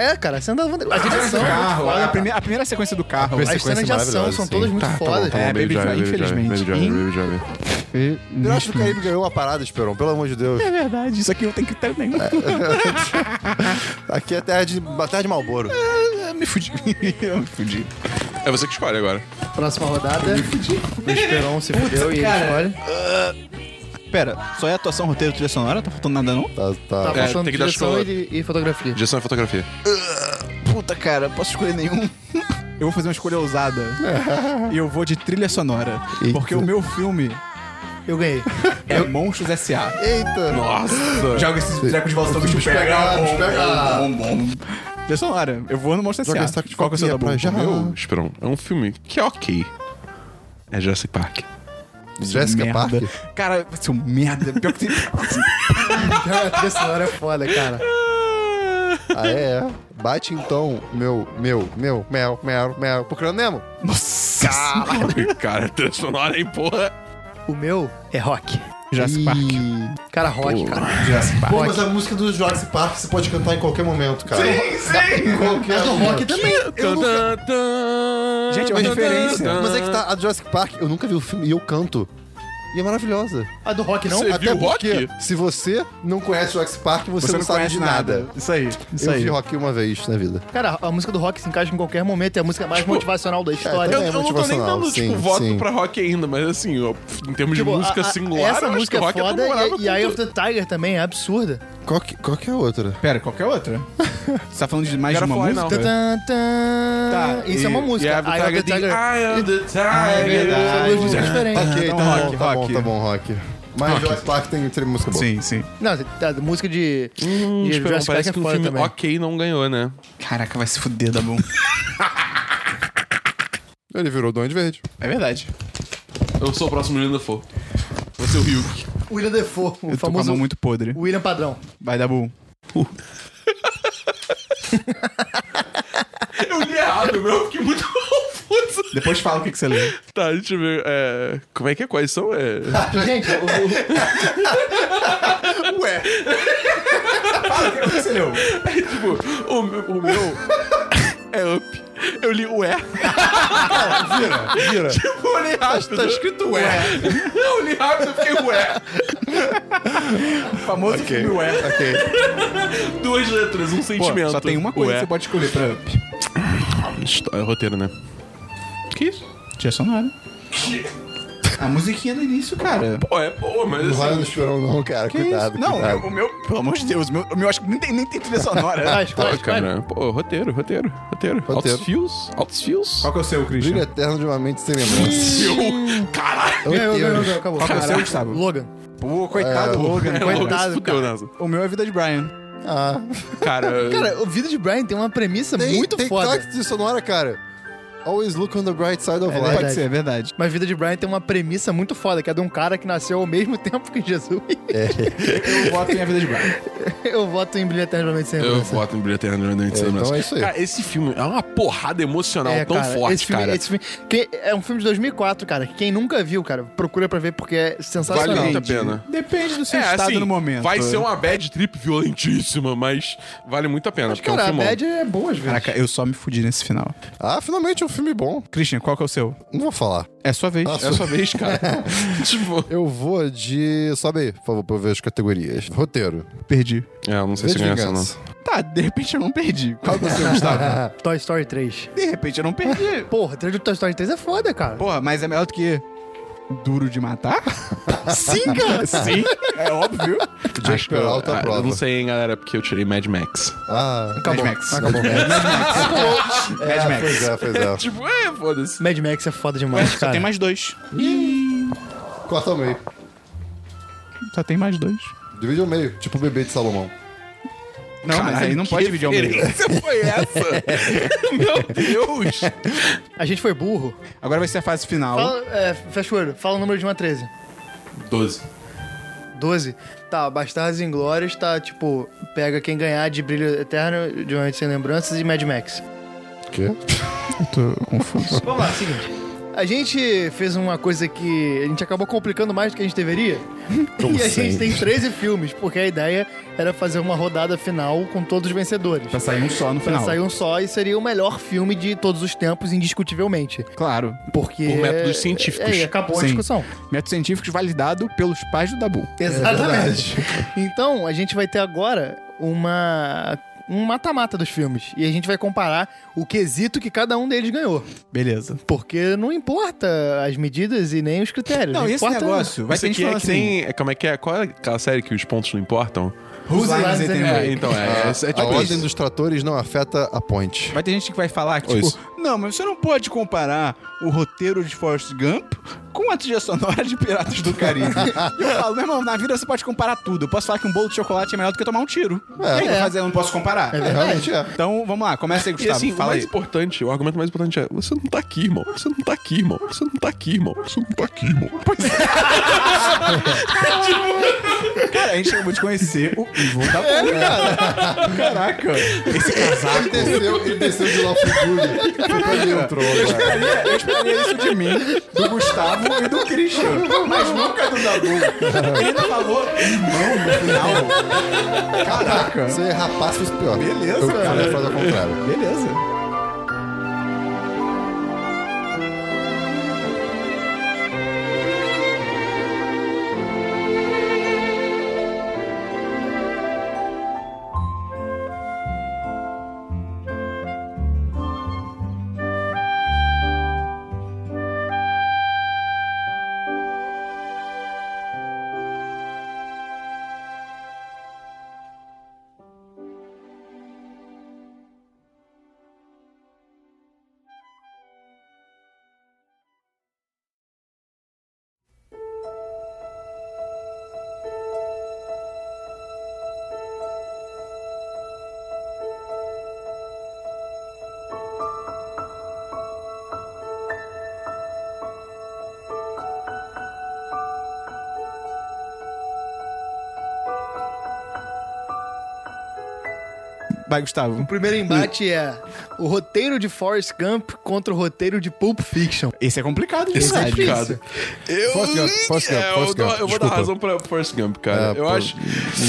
É, cara, a cena da a direção, Olha, a, primeira, a primeira sequência do carro. A as sequência cenas de ação maravilhosa, são sim. todas muito fodas. É, Baby Driver, infelizmente. Baby Driver, Baby Driver. Piratas do Caribe ganhou a parada, Esperon, pelo amor de Deus. É verdade, isso aqui não tem critério nenhum. Aqui é terra de, terra de Malboro. É, me fudi. eu me fudi. É você que escolhe agora. Próxima rodada. O Esperon se fudeu e ele escolhe. Pera, só é atuação, roteiro, trilha sonora? Tá faltando nada, não? Tá, Tá É, faltando tem que dar direção escola. e, e fotografia. Direção e fotografia. Puta, cara, posso escolher nenhum? Eu vou fazer uma escolha ousada. E eu vou de trilha sonora. Porque o meu filme Eu ganhei. é Monstros S.A. tá. Eita! Nossa! Joga esses bonecos de volta, o bicho pega. pegados, pegados. Bom, bom. Trilha sonora. Eu vou no Monstros Joga S.A. esse saco de Qual que é o seu copinha da pra já. Meu, Esperão, é um filme que é ok. É Jurassic Park. Jessica merda. Parker. Cara, seu merda. Pior que tem... A trilha sonora é foda, cara. Ah, é, é. Bate então, meu, meu, meu, mel, mel, mel. Procurando Nemo. Nossa! Cara. Cara, trilha sonora, hein, porra? O meu é rock. Jurassic Park. Cara, rock, cara. Jurassic Park. Pô, mas a música do Jurassic Park você pode cantar em qualquer momento, cara. Sim, sim! Qualquer Do rock momento. também. Eu nunca- Gente, é uma referência. Mas é que tá, a Jurassic Park, eu nunca vi o filme e eu canto. E é maravilhosa. A do rock não? Você Até viu o porque, rock? se você não conhece Jurassic Park, você, não, sabe de nada. Isso aí, isso eu aí. vi rock uma vez na vida. Cara, a música do rock se encaixa em qualquer momento. É a música mais Tipo, motivacional da história. Eu, É eu não tô nem motivacional, dando, tipo, sim, voto sim. pra rock ainda, mas assim, eu- em termos Tipo, de música a- a- essa singular, eu acho que música é rock foda é e, e Eye of the Tiger também é absurda. Qual que, qual que é a outra? Pera, qualquer outra? Você tá falando de mais de uma Firefly, música? não. Tan, tan. Tá, Isso é uma música. Eye of the Tiger. é Eye of the São duas músicas Tiger. diferentes. Ok, então tá, rock, bom, tá rock. bom, tá bom, rock. Mas Jurassic Park tem, tem música boa. Sim, sim. Não, tá, música de. Hum, de Esperão, Jurassic Park parece é que um foda filme também. ok não ganhou, né? Caraca, vai se fuder, Dabu. Ele virou Duende Verde. É verdade. Eu sou o próximo William Dafoe. Você é o Hulk. William Defoe, o Eu tô com a famoso mão muito podre. William Padrão. Vai, Dabu. Eu li errado, meu. Eu fiquei muito confuso. Depois fala o que, que você lê. Tá, deixa eu ver. É, como é que é? Quais são? É... Gente, o- O que você leu? Tipo, o, meu- o meu é up. Eu li ué. Vira, vira. Tipo, eu li rápido. tá escrito ué. Eu li rápido, eu fiquei ué. Famoso Ok, filme Ué. ok. Duas letras, um Pô, sentimento. só tem uma coisa Ué. que você pode escolher pra Up. Histó- É roteiro, né? Que isso? Tia Sonora. A musiquinha do início, cara. Pô, é boa, mas Não vai assim... no chorão não, cara. Que cuidado, isso? Não, cuidado. o meu, pelo amor de Deus, o meu, o meu acho que nem tem, nem tem trilha sonora. Flash, Pô, Flash, Flash. cara, pô, roteiro, roteiro, roteiro. Altos fios, altos fios. Qual que é o seu, Brilho Christian? eterno de uma mente sem lembrança. Fio. Caralho. Ganhou, ganhou, ganhou, acabou. Qual que é o seu, Caraca. Gustavo? Logan. Pô, coitado, do É. Logan. Coitado, Fudeu cara. nessa. O meu é a vida de Brian. Ah, Cara, Cara, o Vida de Brian tem uma premissa tem, muito tem foda. toque de sonora, cara. Always look on the bright side of É life. Pode ser, é verdade. Mas Vida de Brian tem uma premissa muito foda, que é de um cara que nasceu ao mesmo tempo que Jesus. Eu voto em A Vida de Brian. Eu voto em Brilho Eternamente Sem Eu Lembrança. voto em Brilhante Eterno de É, Sem então é isso aí. Cara, esse filme é uma porrada emocional É, tão forte, esse filme, cara. Esse filme, que é um filme de 2004, cara. Quem nunca viu, cara, procura pra ver porque é sensacional. Vale muito a pena. Depende do seu estado no momento. É, assim, né? vai ser uma bad trip violentíssima, mas vale muito a pena, porque é um Cara, a filmão. média é boa, às vezes. Caraca, eu só me fudi nesse final. Ah, finalmente um filme bom. Christian, qual que é o seu? Não vou falar. É sua vez. É a sua vez, cara. tipo... Eu vou de... Sobe aí, por favor, pra eu ver as categorias. Roteiro. Perdi. É, eu não sei V se de ganha essa, não. vingança. Tá, de repente eu não perdi. Qual que é o seu, Gustavo? Toy Story 3. De repente eu não perdi. Porra, o trailer do Toy Story 3 é foda, cara. Porra, mas é melhor do que Duro de Matar? Sim, cara. Sim, é óbvio. Podia Acho que esperar eu- outra ah, prova. Eu não sei, hein, galera, porque eu tirei Mad Max. Ah, Acabou. Mad Max. acabou. Mad Mad Max. Pois é, pois é. Tipo, é, foda-se. Mad Max é foda demais, Só cara. tem mais dois. Corta o meio. Só tem mais dois. Divide ao meio, tipo o bebê de Salomão. Não, mas aí não pode dividir ao meio. referência foi essa? Meu Deus! A gente foi burro. Agora vai ser a fase final. Fala, é, fecha o olho. Fala o número de 1 a 13. 12. 12. Tá, Bastardos Inglórios tá, tipo, pega quem ganhar de Brilho Eterno, de Uma Noite Sem Lembranças e Mad Max. Quê? Tô confuso. Vamos lá, seguinte. A gente fez uma coisa que a gente acabou complicando mais do que a gente deveria. e a gente tem 13 filmes, porque a ideia era fazer uma rodada final com todos os vencedores. Pra sair um só no Pra final. sair um só e seria o melhor filme de todos os tempos, indiscutivelmente. Claro. Porque. Por métodos científicos. É, e acabou Sim. a discussão. Método científico validado pelos pais do Dabu. Exatamente. então, a gente vai ter agora uma um mata-mata dos filmes. E a gente vai comparar o quesito que cada um deles ganhou. Beleza. Porque não importa as medidas e nem os critérios. Não, Não e esse importa- negócio? Vai Isso ter gente aqui falando é que assim- nem- é, como é que é? Qual é aquela série que os pontos não importam? Whose Lines Lines and Anyway? É, então, é. É, é a tipo ordem isso. dos tratores não afeta a ponte. Vai ter gente que vai falar, tipo, Ou isso. não, mas você não pode comparar o roteiro de Forrest Gump com a trilha sonora de Piratas do Caribe. E eu falo, meu irmão, na vida você pode comparar tudo. Eu posso falar que um bolo de chocolate é melhor do que tomar um tiro. E aí, eu vou fazer, eu não posso comparar. É, realmente é. Então, vamos lá, começa aí, E Gustavo. assim, o fala mais aí. importante, o argumento mais importante é: você não tá aqui, irmão. Você não tá aqui, irmão. Você não tá aqui, irmão. Você não tá aqui, irmão. Pois é. Cara, a gente acabou de conhecer o Ivo da Porra. É, Caraca. Esse casaco. Ele desceu, ele desceu de lá pro Júlio. Foi pra dentro, cara. Eu esperaria isso de mim, do Gustavo e do Christian. Mas nunca do Dabu. Ele ainda falou irmão no final. Caraca. Se eu errar passo, fosse pior. Beleza, eu, cara. Eu ia fazer ao contrário. Beleza. Vai, Gustavo. O primeiro embate é o roteiro de Forrest Gump contra o roteiro de Pulp Fiction. Esse é complicado, de Esse é verdade. complicado. Eu, Forrest Gump, Forrest Gump, é, eu Forrest dou- Gump, eu vou desculpa. dar razão pra Forrest Gump, Ah, cara. É, eu pô. acho.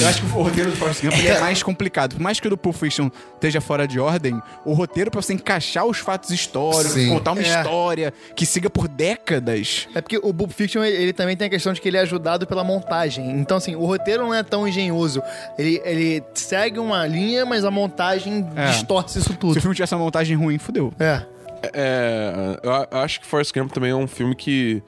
Eu acho que o roteiro do Forrest Gump ele é mais complicado. Por mais que o do Pulp Fiction esteja fora de ordem, o roteiro pra você encaixar os fatos históricos, Sim. contar uma É. história que siga por décadas. É porque o Pulp Fiction, ele, ele também tem a questão de que ele é ajudado pela montagem. Então, assim, o roteiro não é tão engenhoso. Ele, ele segue uma linha, mas a montagem É. distorce isso Se o tudo. filme tivesse uma montagem ruim, fudeu. É. É, eu a- eu acho que Forrest Gump também é um filme que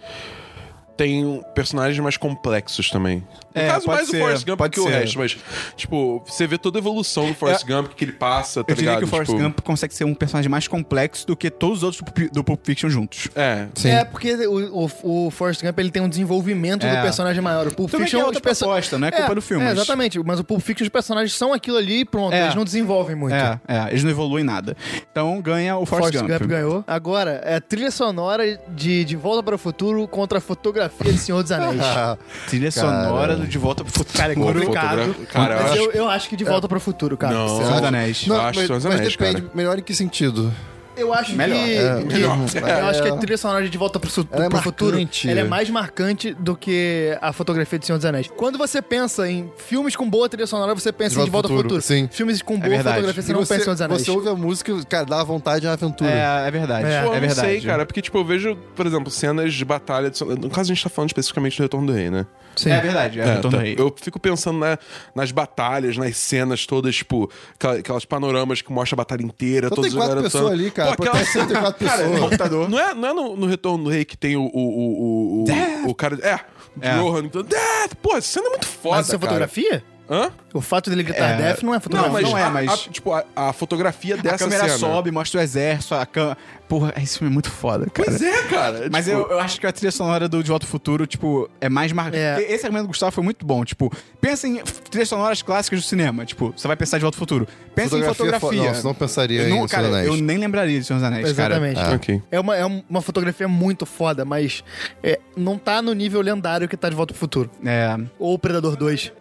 tem um- personagens mais complexos também. No É, caso, pode mais ser, o Forrest Gump pode que o ser. É. resto, mas, tipo, você vê toda a evolução do Forrest Gump, que ele passa, tá Eu diria ligado? que o Forrest Tipo, Gump consegue ser um personagem mais complexo do que todos os outros do Pulp- do Pulp Fiction juntos. É. É, porque o, o, o Forrest Gump ele tem um desenvolvimento É. do personagem maior. O Pulp Também Fiction que é outra os perso- proposta, não é culpa do filme, É, mas- exatamente. Mas o Pulp Fiction, os personagens são aquilo ali e pronto. É. Eles não desenvolvem muito. É, é, eles não evoluem nada. Então ganha o Forrest, Forrest Gump. ganhou. Agora, é trilha sonora de De Volta para o Futuro contra a fotografia de Senhor dos Anéis. Ah, Trilha Cara. sonora do De Volta pro Futuro. Cara, é complicado. fotogra- cara, eu mas acho- eu, eu acho que De Volta para o Futuro, cara. Não. Senhor dos Anéis. ah, Não, Acho mas, Senhor dos mas Anéis, depende, melhor em que sentido? Eu acho Melhor. que... É, que- melhor. Eu acho que a É. trilha sonora de De Volta pro, Su- Ela é pro Futuro marcante. ela é mais marcante do que a fotografia de Senhor dos Anéis. Quando você pensa em filmes com boa trilha sonora, você pensa em De Volta pro Futuro. Assim, sim. Filmes com boa verdade. fotografia, você E não você, pensa em Senhor dos Anéis. você ouve a música, cara, dá vontade à aventura. É, é verdade. É. É, Pô, eu verdade. não sei, cara, porque, tipo, eu vejo, por exemplo, cenas de batalha. De... No caso, a gente tá falando especificamente do Retorno do Rei, né? Sim. É verdade, é, É, Retorno tá. do Rei. Eu fico pensando na- nas batalhas, nas cenas todas, tipo, aquela- aquelas panoramas que mostra a batalha inteira. Só todos Então tem os quatro garotos- pessoas ali, cara. Pô, Pô, aquela- tem 104 Cara, pessoas. computador. Não é, não é no, no Retorno do Rei que tem o. O, o, o, o cara. É, É. Johan. Então, Death! Pô, essa cena é muito foda. Mas isso é cara. fotografia? Hã? O fato dele gritar É. Death não é Não, fotografia. mas, não é, a- mas- a- tipo, a, a fotografia A dessa câmera cena. sobe, mostra o exército, a câmera. Porra, esse filme é muito foda, cara. Pois é, cara. Mas tipo, eu, eu acho que a trilha sonora do De Volta ao Futuro, tipo, é mais marcante. É. Esse argumento do Gustavo foi muito bom. Tipo, pensa em f- trilhas sonoras clássicas do cinema. Tipo, você vai pensar de Volta ao Futuro. Pensa em Fotografia é fo- fotografia. não, você não pensaria eu em não, Senhor dos Cara, Anéis. eu nem lembraria de Senhor dos Anéis, Exatamente. Ah. Ok. É uma, é uma fotografia muito foda, mas é, não tá no nível lendário que tá de Volta pro Futuro. cara. É. Ou Predador 2.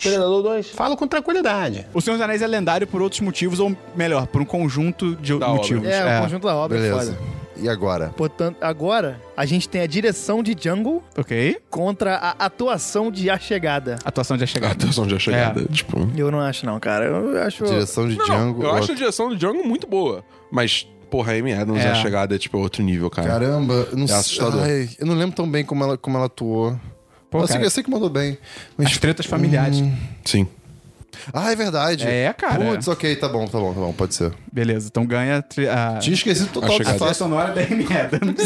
Falo com tranquilidade. O Senhor dos Anéis é lendário por outros motivos, ou melhor, por um conjunto de Da motivos. É, o conjunto da obra é Beleza. foda. E agora? Portanto, agora a gente tem a direção de Jungle Ok. contra a atuação de A Chegada. Atuação já A chegada. atuação já chegada. É. Tipo. Eu não acho, não, cara. Eu acho. Direção de Não, Django. não, eu acho a direção do Django muito boa. Mas, porra, a Amy Adams, É. a chegada é tipo outro nível, cara. Caramba, eu não sei. assustador. Ai, eu não lembro tão bem como ela, como ela atuou. Assim, Pô, eu, sei, cara. eu sei que mandou bem. Mas As tretas familiares. Sim. Ah, é verdade. É, cara. Putz, ok, tá bom, tá bom, tá bom, pode ser. Beleza, então ganha tri- a. Tinha esquecido total que a trilha faço. sonora da Amy Adams.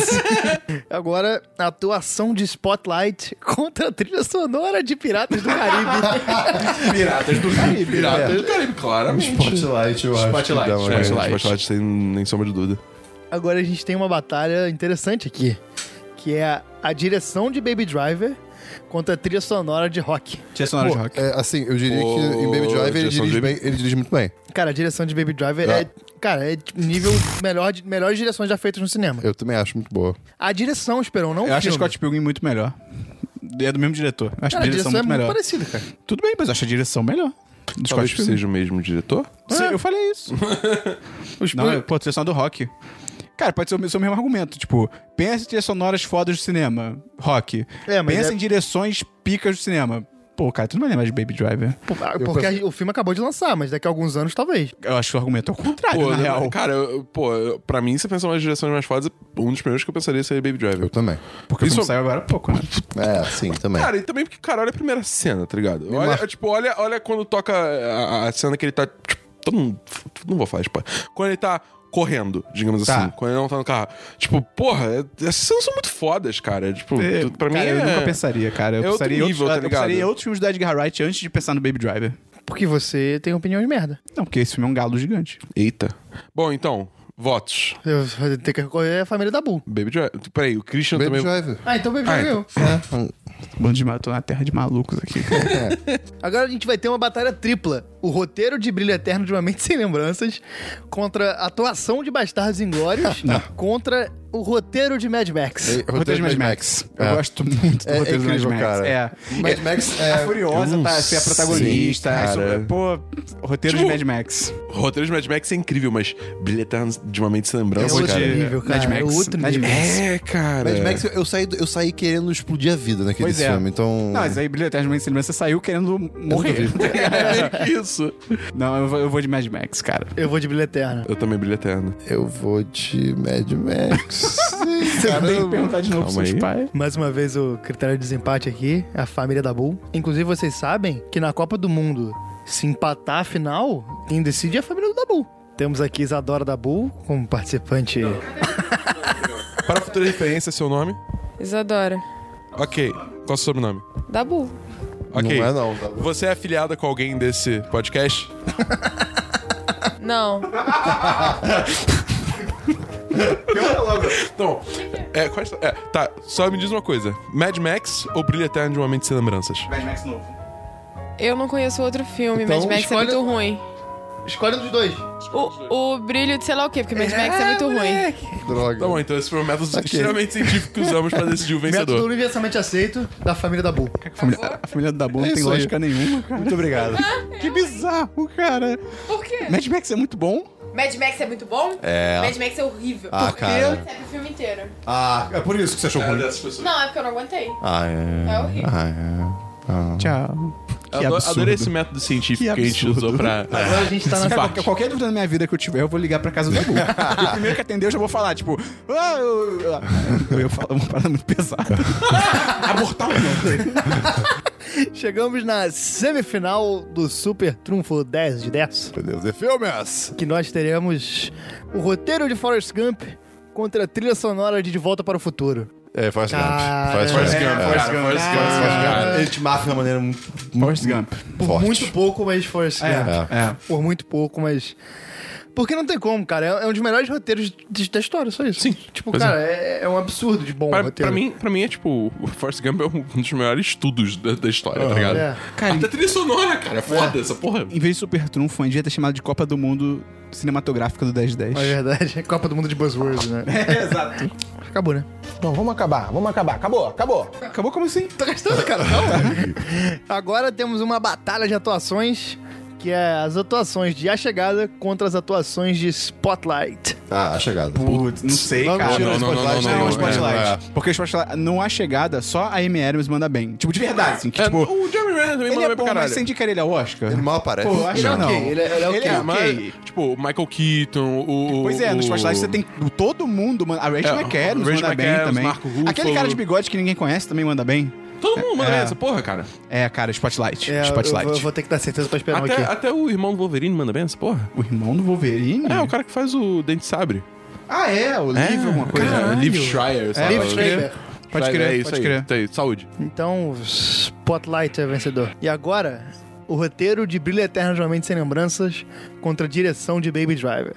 Agora, atuação de Spotlight contra a trilha sonora de Piratas do Caribe. Piratas do Caribe. Piratas É do Caribe, claramente. Spotlight, eu acho. que Spotlight, dá uma É, ganhada. Spotlight. Spotlight sem nem sombra de dúvida. Agora a gente tem uma batalha interessante aqui, que é a, a direção de Baby Driver contra a trilha sonora de Rock. Tinha sonora de Pô, rock. É, assim, eu diria que em Baby Drive ele Jason dirige, Baby. bem, ele dirige muito bem. Cara, a direção de Baby Driver é, Ah. cara, é tipo, nível melhor de melhores direções já feitas no cinema. Eu também acho muito boa. A direção, Esperão, não o Eu acho a um filme. Scott Pilgrim muito melhor. É do mesmo diretor. Eu acho Cara, é a direção é muito melhor. parecida, cara. Tudo bem, mas eu acho a direção melhor. Do Talvez Scott Pilgrim. seja É. o mesmo diretor. Sim, eu falei isso. não, é, pô, trilha sonora do rock. Cara, pode ser o, meu- seu mesmo argumento. Tipo, pensa em trilhas sonoras fodas do cinema. Rock. É, mas pensa é- em direções picas do cinema. Pô, cara, tu não vai lembrar de Baby Driver. Pô, ah, Porque a- o filme acabou de lançar, mas daqui a alguns anos talvez. Eu acho que o argumento é o contrário, Pô, na eu- real. Cara, eu- pô, eu- pra mim, se pensar nas direções mais fodas, um dos primeiros que eu pensaria seria Baby Driver. Eu também. Porque isso isso- saiu agora há pouco, né? É, sim, também. Cara, e também porque, cara, olha a primeira cena, tá ligado? Olha, marca. tipo, olha, olha quando toca a, a- a cena que ele tá. Tipo, todo mundo, não vou falar, tipo. Quando ele tá correndo, digamos Tá. assim. Quando ele não tá no carro. Tipo, porra, é- essas cenas são muito fodas, cara. Tipo, É, tu- pra mim cara, é. eu nunca pensaria, cara. Eu, é outro pensaria, em outros- nível, tá eu pensaria em ligado? outros filmes do Edgar Wright antes de pensar no Baby Driver. Porque você tem opinião de merda. Não, porque esse filme é um galo gigante. Eita. Bom, então, votos. Eu vou ter que recorrer à família da Bull. Baby Driver. Peraí, o Christian Baby também. Drive. Ah, então Baby Ah, Driver então. ganhou. É. Bando de ma- eu tô na terra de malucos aqui. Agora a gente vai ter uma batalha tripla. O roteiro de Brilho Eterno de Uma Mente Sem Lembranças contra a atuação de Bastardos Inglórios contra o roteiro de Mad Max. É, Roteiro de Mad Max. Eu gosto muito do É, é roteiro incrível, do Mad Max. cara. É. Mad Max é... A Furiosa tá, é a protagonista. Sim, é cara. é sobre- pô, roteiro Tipo, de Mad Max. O roteiro de Mad Max é incrível, mas bilhetar de uma mente sem É lembrança, outro cara. nível, cara. Mad Max. É outro Mad nível. Max. É, cara. Mad Max, eu- eu saí, do- eu saí querendo explodir a vida naquele Pois é. filme, então... Não, mas aí Brilho Eterno de Mad Max, você saiu querendo morrer. É isso. Não, eu vou, eu vou de Mad Max, cara. Eu vou de Brilho Eterno. Eu também brilho eterno. Eu vou de Mad Max. Sim, Tem que Caramba. perguntar de novo pros Calma seus aí. pais. Mais uma vez o critério de desempate aqui, a família da Bull. Inclusive vocês sabem que na Copa do Mundo, se empatar a final, quem decide é a família do Dabu. Temos aqui Isadora Dabu como participante. Para futura referência, seu nome? Isadora. Ok. Qual é o seu sobrenome? Dabu. Ok. Não é não, tá bom. Você é afiliada com alguém desse podcast? Não. Então, é, quais- é, tá, só me diz uma coisa: Mad Max ou Brilho Eterno de uma Mente Sem Lembranças? Mad Max novo. Eu não conheço outro filme. Então, Mad Max escolhe- é muito ruim. Escolha um dos dois. O, o brilho de sei lá o quê, porque Mad Max é muito ruim. Droga. Tá bom, então esse foi o método extremamente científico que usamos pra decidir o Método vencedor. universalmente aceito da família da Bull. A família, a família do Dabu não É tem isso aí. lógica nenhuma, cara. Muito obrigado. Que bizarro, cara. Por quê? Mad Max é muito bom. Mad Max é muito bom? É. Mad Max é horrível. Ah, cara. Serve o filme inteiro. Ah, é por isso que você achou ruim. Não, é porque eu não aguentei. Ah, é. É horrível. Ah, é. Ah. Tchau. Que Adoro- absurdo. Adorei esse método científico Que que, a gente absurdo. usou pra. Agora a gente tá na Cara, qualquer, qualquer dúvida na minha vida que é eu tiver, eu vou ligar pra casa do Dabu. e o primeiro que atender, eu já vou falar, tipo... "Ah, eu, eu, eu ia falar uma parada muito pesada. Abortar o nome. Chegamos na semifinal do Super Trunfo 10 de 10, Meu Deus, é filmes! que nós teremos o roteiro de Forrest Gump contra a trilha sonora de De Volta para o Futuro. É, Forrest assim. Gump. Cara. Forrest É, Gump. cara. Forrest Gump, Forrest Gump. Forrest Gump. cara. Ele te marca de uma maneira muito, Forrest Gump. Por Forte. muito pouco, mas Forrest É, Gump. é. Por muito pouco, mas... Porque não tem como, cara. É é um dos melhores roteiros de- da história, só isso. Sim, Tipo, pois cara, é. é um absurdo de bom Pra, roteiro. pra mim, pra mim é tipo, o Forrest Gump é um dos melhores estudos da, da história, tá ligado? É. Cara, Até trilha sonora, cara. É foda essa porra. Em vez de Super Trunfo, a gente ia ter chamado de Copa do Mundo Cinematográfica do 1010. É verdade. É Copa do Mundo de Buzzwords, né? É, exato. Acabou, né? Não, vamos acabar, vamos acabar. Acabou, acabou. Acabou como assim? Tá gastando, cara? Não. Agora temos uma batalha de atuações, que é as atuações de A Chegada contra as atuações de Spotlight. Ah, a chegada. Putz, não sei, Não, cara. tira o não, não, Spotlight, não, Não, né? não, o É. Spotlight. Porque o Spotlight, não há chegada, só a Amy Adams manda bem. Tipo, de verdade, assim. Que, É, tipo, o Jeremy Renner também ele mandou é bem pra bom, mas caralho. você indicaria ele ao Oscar? Ele mal aparece. Pô, eu acho Ele é que não. ok, ele é- ele é ok. Ele é Mas, ok. tipo, o Michael Keaton, o. Pois é, o, no Spotlight você tem todo mundo. manda- A Rachel É, McAdams Rachel manda bem McAdams, também. Marco Ruffalo. Aquele cara de bigode que ninguém conhece também manda bem. Todo mundo manda É. essa porra, cara. É, cara, Spotlight. É, eu Spotlight. vou- eu vou ter que dar certeza pra um até, até o irmão do Wolverine manda bem essa porra. O irmão do Wolverine? É, o cara que faz o Dente Sabre. Ah, Uhum. é? O É, livro, alguma coisa. É, cara, é Liv Schreier. sei lá. Liv Schreier. Pode crer, é isso pode aí. crer. Tá aí, Saúde. Então, Spotlight é vencedor. E agora, o roteiro de Brilho Eterno de uma Mente Sem Lembranças contra a direção de Baby Driver.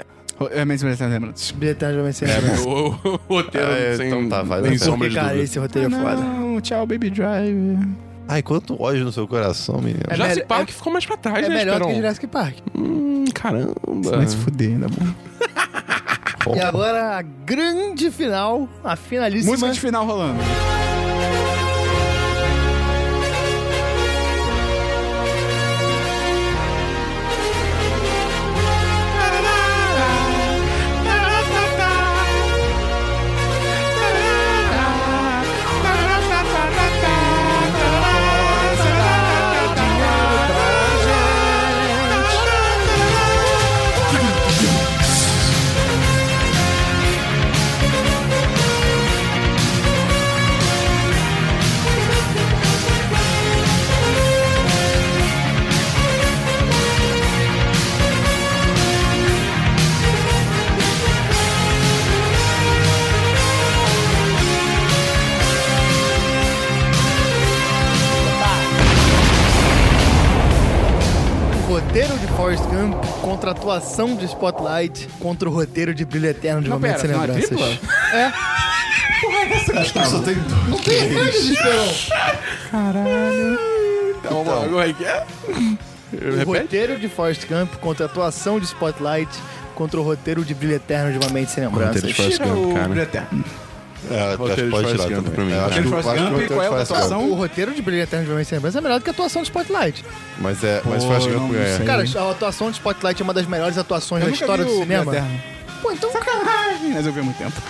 É mesmo essa lembrança. Brilho Eterno de uma Mente Sem É, Lembranças. o, o roteiro Ah, sem, então tá, vai dar sem certo. sombra de Cara, dúvida. esse roteiro é foda. Não, tchau, Baby Drive. Ai, quanto ódio no seu coração, menino. É Jurassic melhor- Park ficou mais pra trás, É né, melhor do que Esperon? Jurassic Park. Hum, caramba. Vai se fuder, tá bom? É, E agora, a grande final, a finalíssima. Música de final rolando. Roteiro de Forrest Gump contra a atuação de Spotlight contra o roteiro de Brilho Eterno de Não, uma Mente pera, Sem não é Lembranças. tripla? É. Só tem Não tem regras, Esperon. Tá, vamos lá. Como é que é? O Repete? roteiro de Forrest Gump contra a atuação de Spotlight contra o roteiro de Brilho Eterno de uma Mente Sem Lembranças. Roteiro de Forrest Tira o Gump, cara. Breterno. É, acho Roteiro que de pode Forrest tirar Gump pra mim, também. É, cara. acho Roteiro de que o- Forrest acho que o Gump, roteiro de qual é a Forrest Gump. atuação? Então, O roteiro de Brilho Eterno de uma Mente Sem Lembranças é melhor do que a atuação de Spotlight. Mas é, mas Pô, Forrest não Gump ganha. sei. Cara, a atuação de Spotlight é uma das melhores atuações da história do cinema. Pô, então sacanagem. Mas eu vi há muito tempo.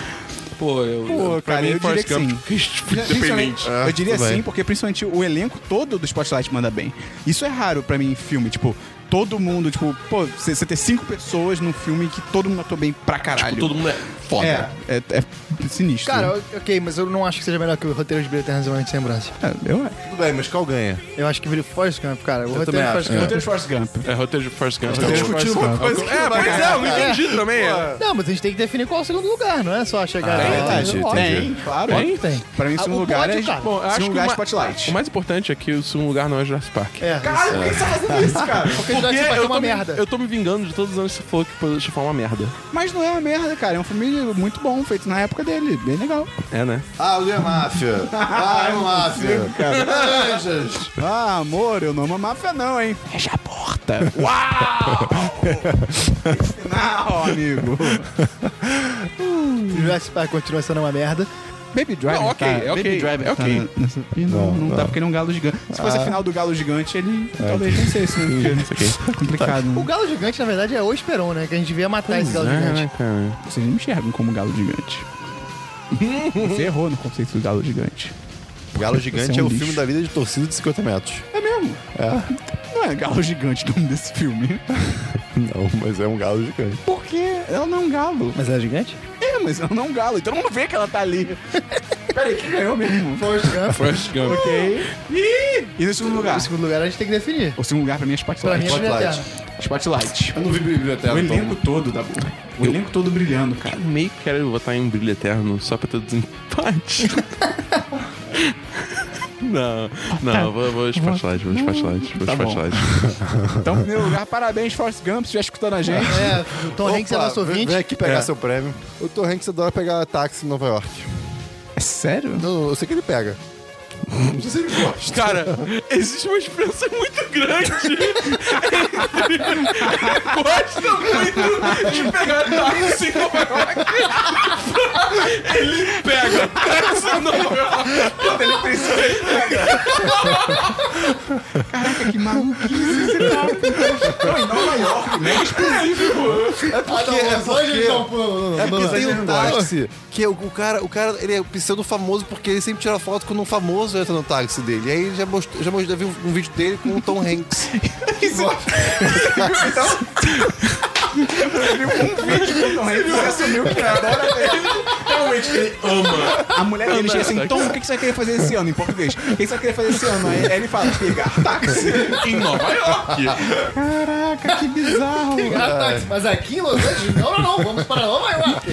Pô, eu, Pô, pra cara, mim, eu diria Forrest que Gump sim. fica tipo, Principalmente- independente. Ah, eu diria tudo sim, bem. porque principalmente o elenco todo do Spotlight manda bem. Isso é raro pra mim em filme, tipo, todo mundo, tipo, pô, você você ter cinco pessoas num filme que todo mundo atuou bem pra caralho. Todo mundo é foda. é, é, é sinistro. Cara, eu- ok, mas eu não acho que seja melhor que o roteiro de Brilho Eterno de uma Mente Sem Lembranças. É, eu, Tudo bem, mas qual ganha? Eu acho que Brilho Forrest Gump, cara. O roteiro também de acho, Forrest é. Gump. Roteiro de Forrest Gump. É roteiro de Forrest Gump. Roteiro de Forrest Forrest Gump. Gump. É, pois é, eu não entendi também. é. Não, mas a gente tem que definir qual é o segundo lugar, não é só Ah, chegar... É lá. verdade, entendi, tem, entendi. claro. Óbvio que tem. Pra mim, Ah, segundo o lugar pódio, é cara. Bom, Eu acho segundo lugar que é o ma- Spotlight. O mais importante é que o segundo lugar não é Jurassic Park. É, Caralho, por que você tá fazendo isso, cara? porque o Jurassic Park é eu, uma tô me, merda. eu tô me vingando de todos os anos que você falou que o Jurassic Park é uma merda. Mas não é uma merda, cara. É um filme muito bom, feito na época dele. Bem legal. É, né? Ah, o Lê Máfia. Ah, é Máfia. Ah, amor, eu não amo a máfia não, hein? Fecha a porta. Uau! Não, amigo. O Jurassic Park continua sendo uma merda. Baby Driver Não, ok, tá. é ok, Baby Driver é ok. tá nessa- Ih, Não, não, dá, porque ele é um galo gigante. Se fosse a final do galo gigante, ele talvez não sei se né? Porque tá complicado. O né? Galo Gigante, na verdade, é o Esperon, né? Que a gente devia matar esse Galo Gigante. cara. Vocês não enxergam como galo gigante. Você errou no conceito do galo gigante. Galo Você Gigante é é, um o lixo. filme da vida de torcida de 50 metros. É mesmo? É. Não é galo gigante o nome desse filme. Não, mas é um galo gigante. Por quê? Ela não é um galo. Mas é gigante? É, mas ela não é um galo, então não vê que ela tá ali. Peraí, quem ganhou mesmo? Forrest Gump. Forrest Gump. Ok. Ih! E no segundo lugar? Em segundo lugar, a gente tem que definir. O segundo lugar pra mim é Pra Spotlight. mim, é Brilho Spotlight. Eterno. Spotlight. Eu não vi biblioteca. então. O elenco todo da boca. O elenco todo brilhando, cara. Meio que quero votar em Brilho Eterno só pra ter desempate. não, não, vou, vou Spotlight, vou Spotlight, vou Tá bom. Spotlight. Então, em primeiro lugar, parabéns, Forrest Gump, se estiver escutando a gente. É, o Tom Hanks é nosso vem, ouvinte. vem aqui pegar É. seu prêmio. O Tom Hanks adora pegar táxi em Nova York. É sério? Não, eu sei que ele pega. Não sei se ele gosta. Cara, existe uma diferença muito grande entre quem gosta muito de pegar táxi em Nova York. Ele pega táxi em Nova York. ele precisa. Caraca, que maluquice esse papo. Não, em Nova York, né? Então, Porque, é porque, é porque tem um táxi que o, o cara, o cara, ele é pseudo famoso porque ele sempre tira foto quando um famoso entra no táxi dele. E aí já mostrou, já mostrou, já vi um, um vídeo dele com o Tom Hanks. Então, ele assumiu que adora ele. É o realmente ele ama. A mulher dele Ama chega assim, táxi. Tom, o que que você vai querer fazer esse ano em português? O que que você vai querer fazer esse ano? Aí ele fala, pegar táxi. Em Nova York. Caraca, que bizarro. Pegar táxi. Mas aqui em Los Angeles, não, não, não, vamos para Nova York.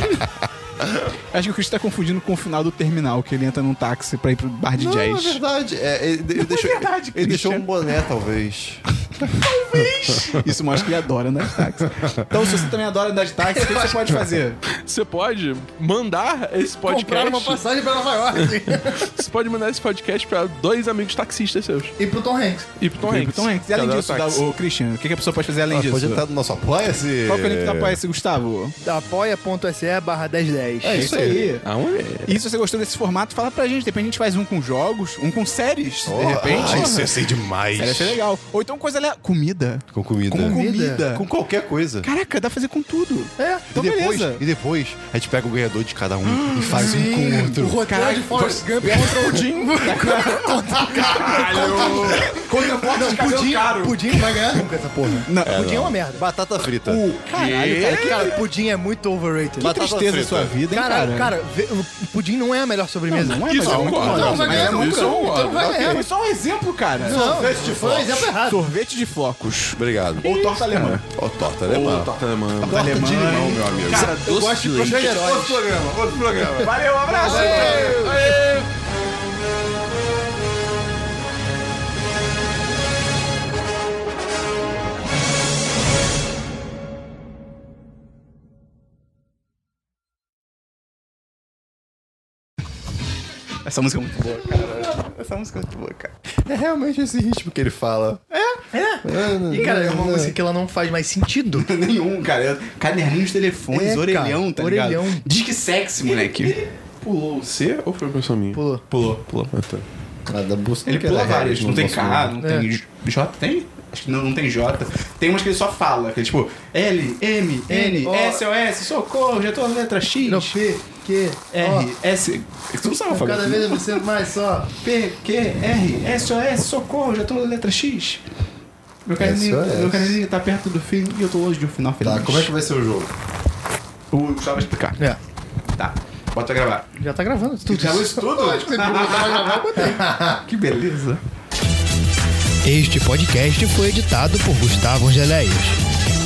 Acho que o Chris tá confundindo com o final do terminal, que ele entra num táxi pra ir pro bar de Não, é jazz. verdade. É, ele, ele deixou, verdade, ele Christian. deixou um boné, talvez. um, Isso mostra que ele adora andar de táxi. Então, se você também adora andar de táxi, o que você pode fazer? Você pode mandar esse podcast. Comprar uma passagem para Nova York. Você pode mandar esse podcast pra dois amigos taxistas seus. E pro Tom Hanks. E pro Tom E pro Hanks. Tom Hanks. E além Cada disso, um táxi. Ah, tá o Christian, o que que a pessoa pode fazer além Ela disso? Ah, pode entrar no nosso apoia-se. Qual que é o link do Apoia-se, Gustavo? Apoia.se barra 1010. É isso aí. Aonde? E se você gostou desse formato, fala pra gente. De repente a gente faz um com jogos, um com séries, Oh, de repente. ah, isso ia ser demais. Sério, ia ser legal. Ou então coisa le... Comida. Com comida. Com comida. Com qualquer coisa. Caraca, dá pra fazer com tudo. É. E Então depois, beleza. e depois, a gente pega o ganhador de cada um e faz um com o O outro. roteiro de Forrest Gump contra o Jim. Conta foto de cabelo Pudim, caro. pudim vai ganhar nunca essa porra. Não. Pudim é uma merda. Batata frita. Caralho, cara, que- cara, pudim é muito overrated. Que tristeza a sua vida, hein, Caralho, cara? cara, vê- o pudim não é a melhor sobremesa. Não é, Isso mas é eu muito concordo. bom. Não, vai Mas ganhar é muito nunca. bom. Então vai Ok. ganhar. Foi só um exemplo, cara. Não, Sorvete de foi exemplo errado. Sorvete de flocos. Obrigado. Ou torta alemã. Ó, torta alemã. Torta alemã. Torta alemã. meu amigo. Cara, doce de leite. é Outro programa, outro programa. Valeu, um abraço. Essa música é muito boa, cara. Essa música é muito boa, cara. É realmente esse ritmo que ele fala. É? E, cara, é uma música que ela não faz mais sentido. Nenhum, cara. Caderninho de telefones, É, orelhão, cara, tá orelhão. ligado? Disque sexy, moleque. Pulou você ou foi pessoa minha? Pulou. Pulou. Pulou. Ah, tá. Nada, busca Ele que pula era regra várias, no não tem nosso K, não tem J, J, tem? Acho que não, não tem J. Tem umas que ele só fala, que é tipo L, M, N, O. SOS, socorro, já tô na letra X, Não, P, Q, R, O. S. É Tu não sabe o Cada alfabeto? vez é eu sendo mais só. P, Q, R, SOS, socorro, já tô na letra X. Meu caderninho, SOS. meu caderninho tá perto do fim e eu tô longe de um final feliz. Tá, como é que vai ser o jogo? O Gustavo vai explicar. É. Tá, bota pra gravar. Já tá gravando tudo. Já isso tudo? que beleza. Este podcast foi editado por Gustavo Angeléias.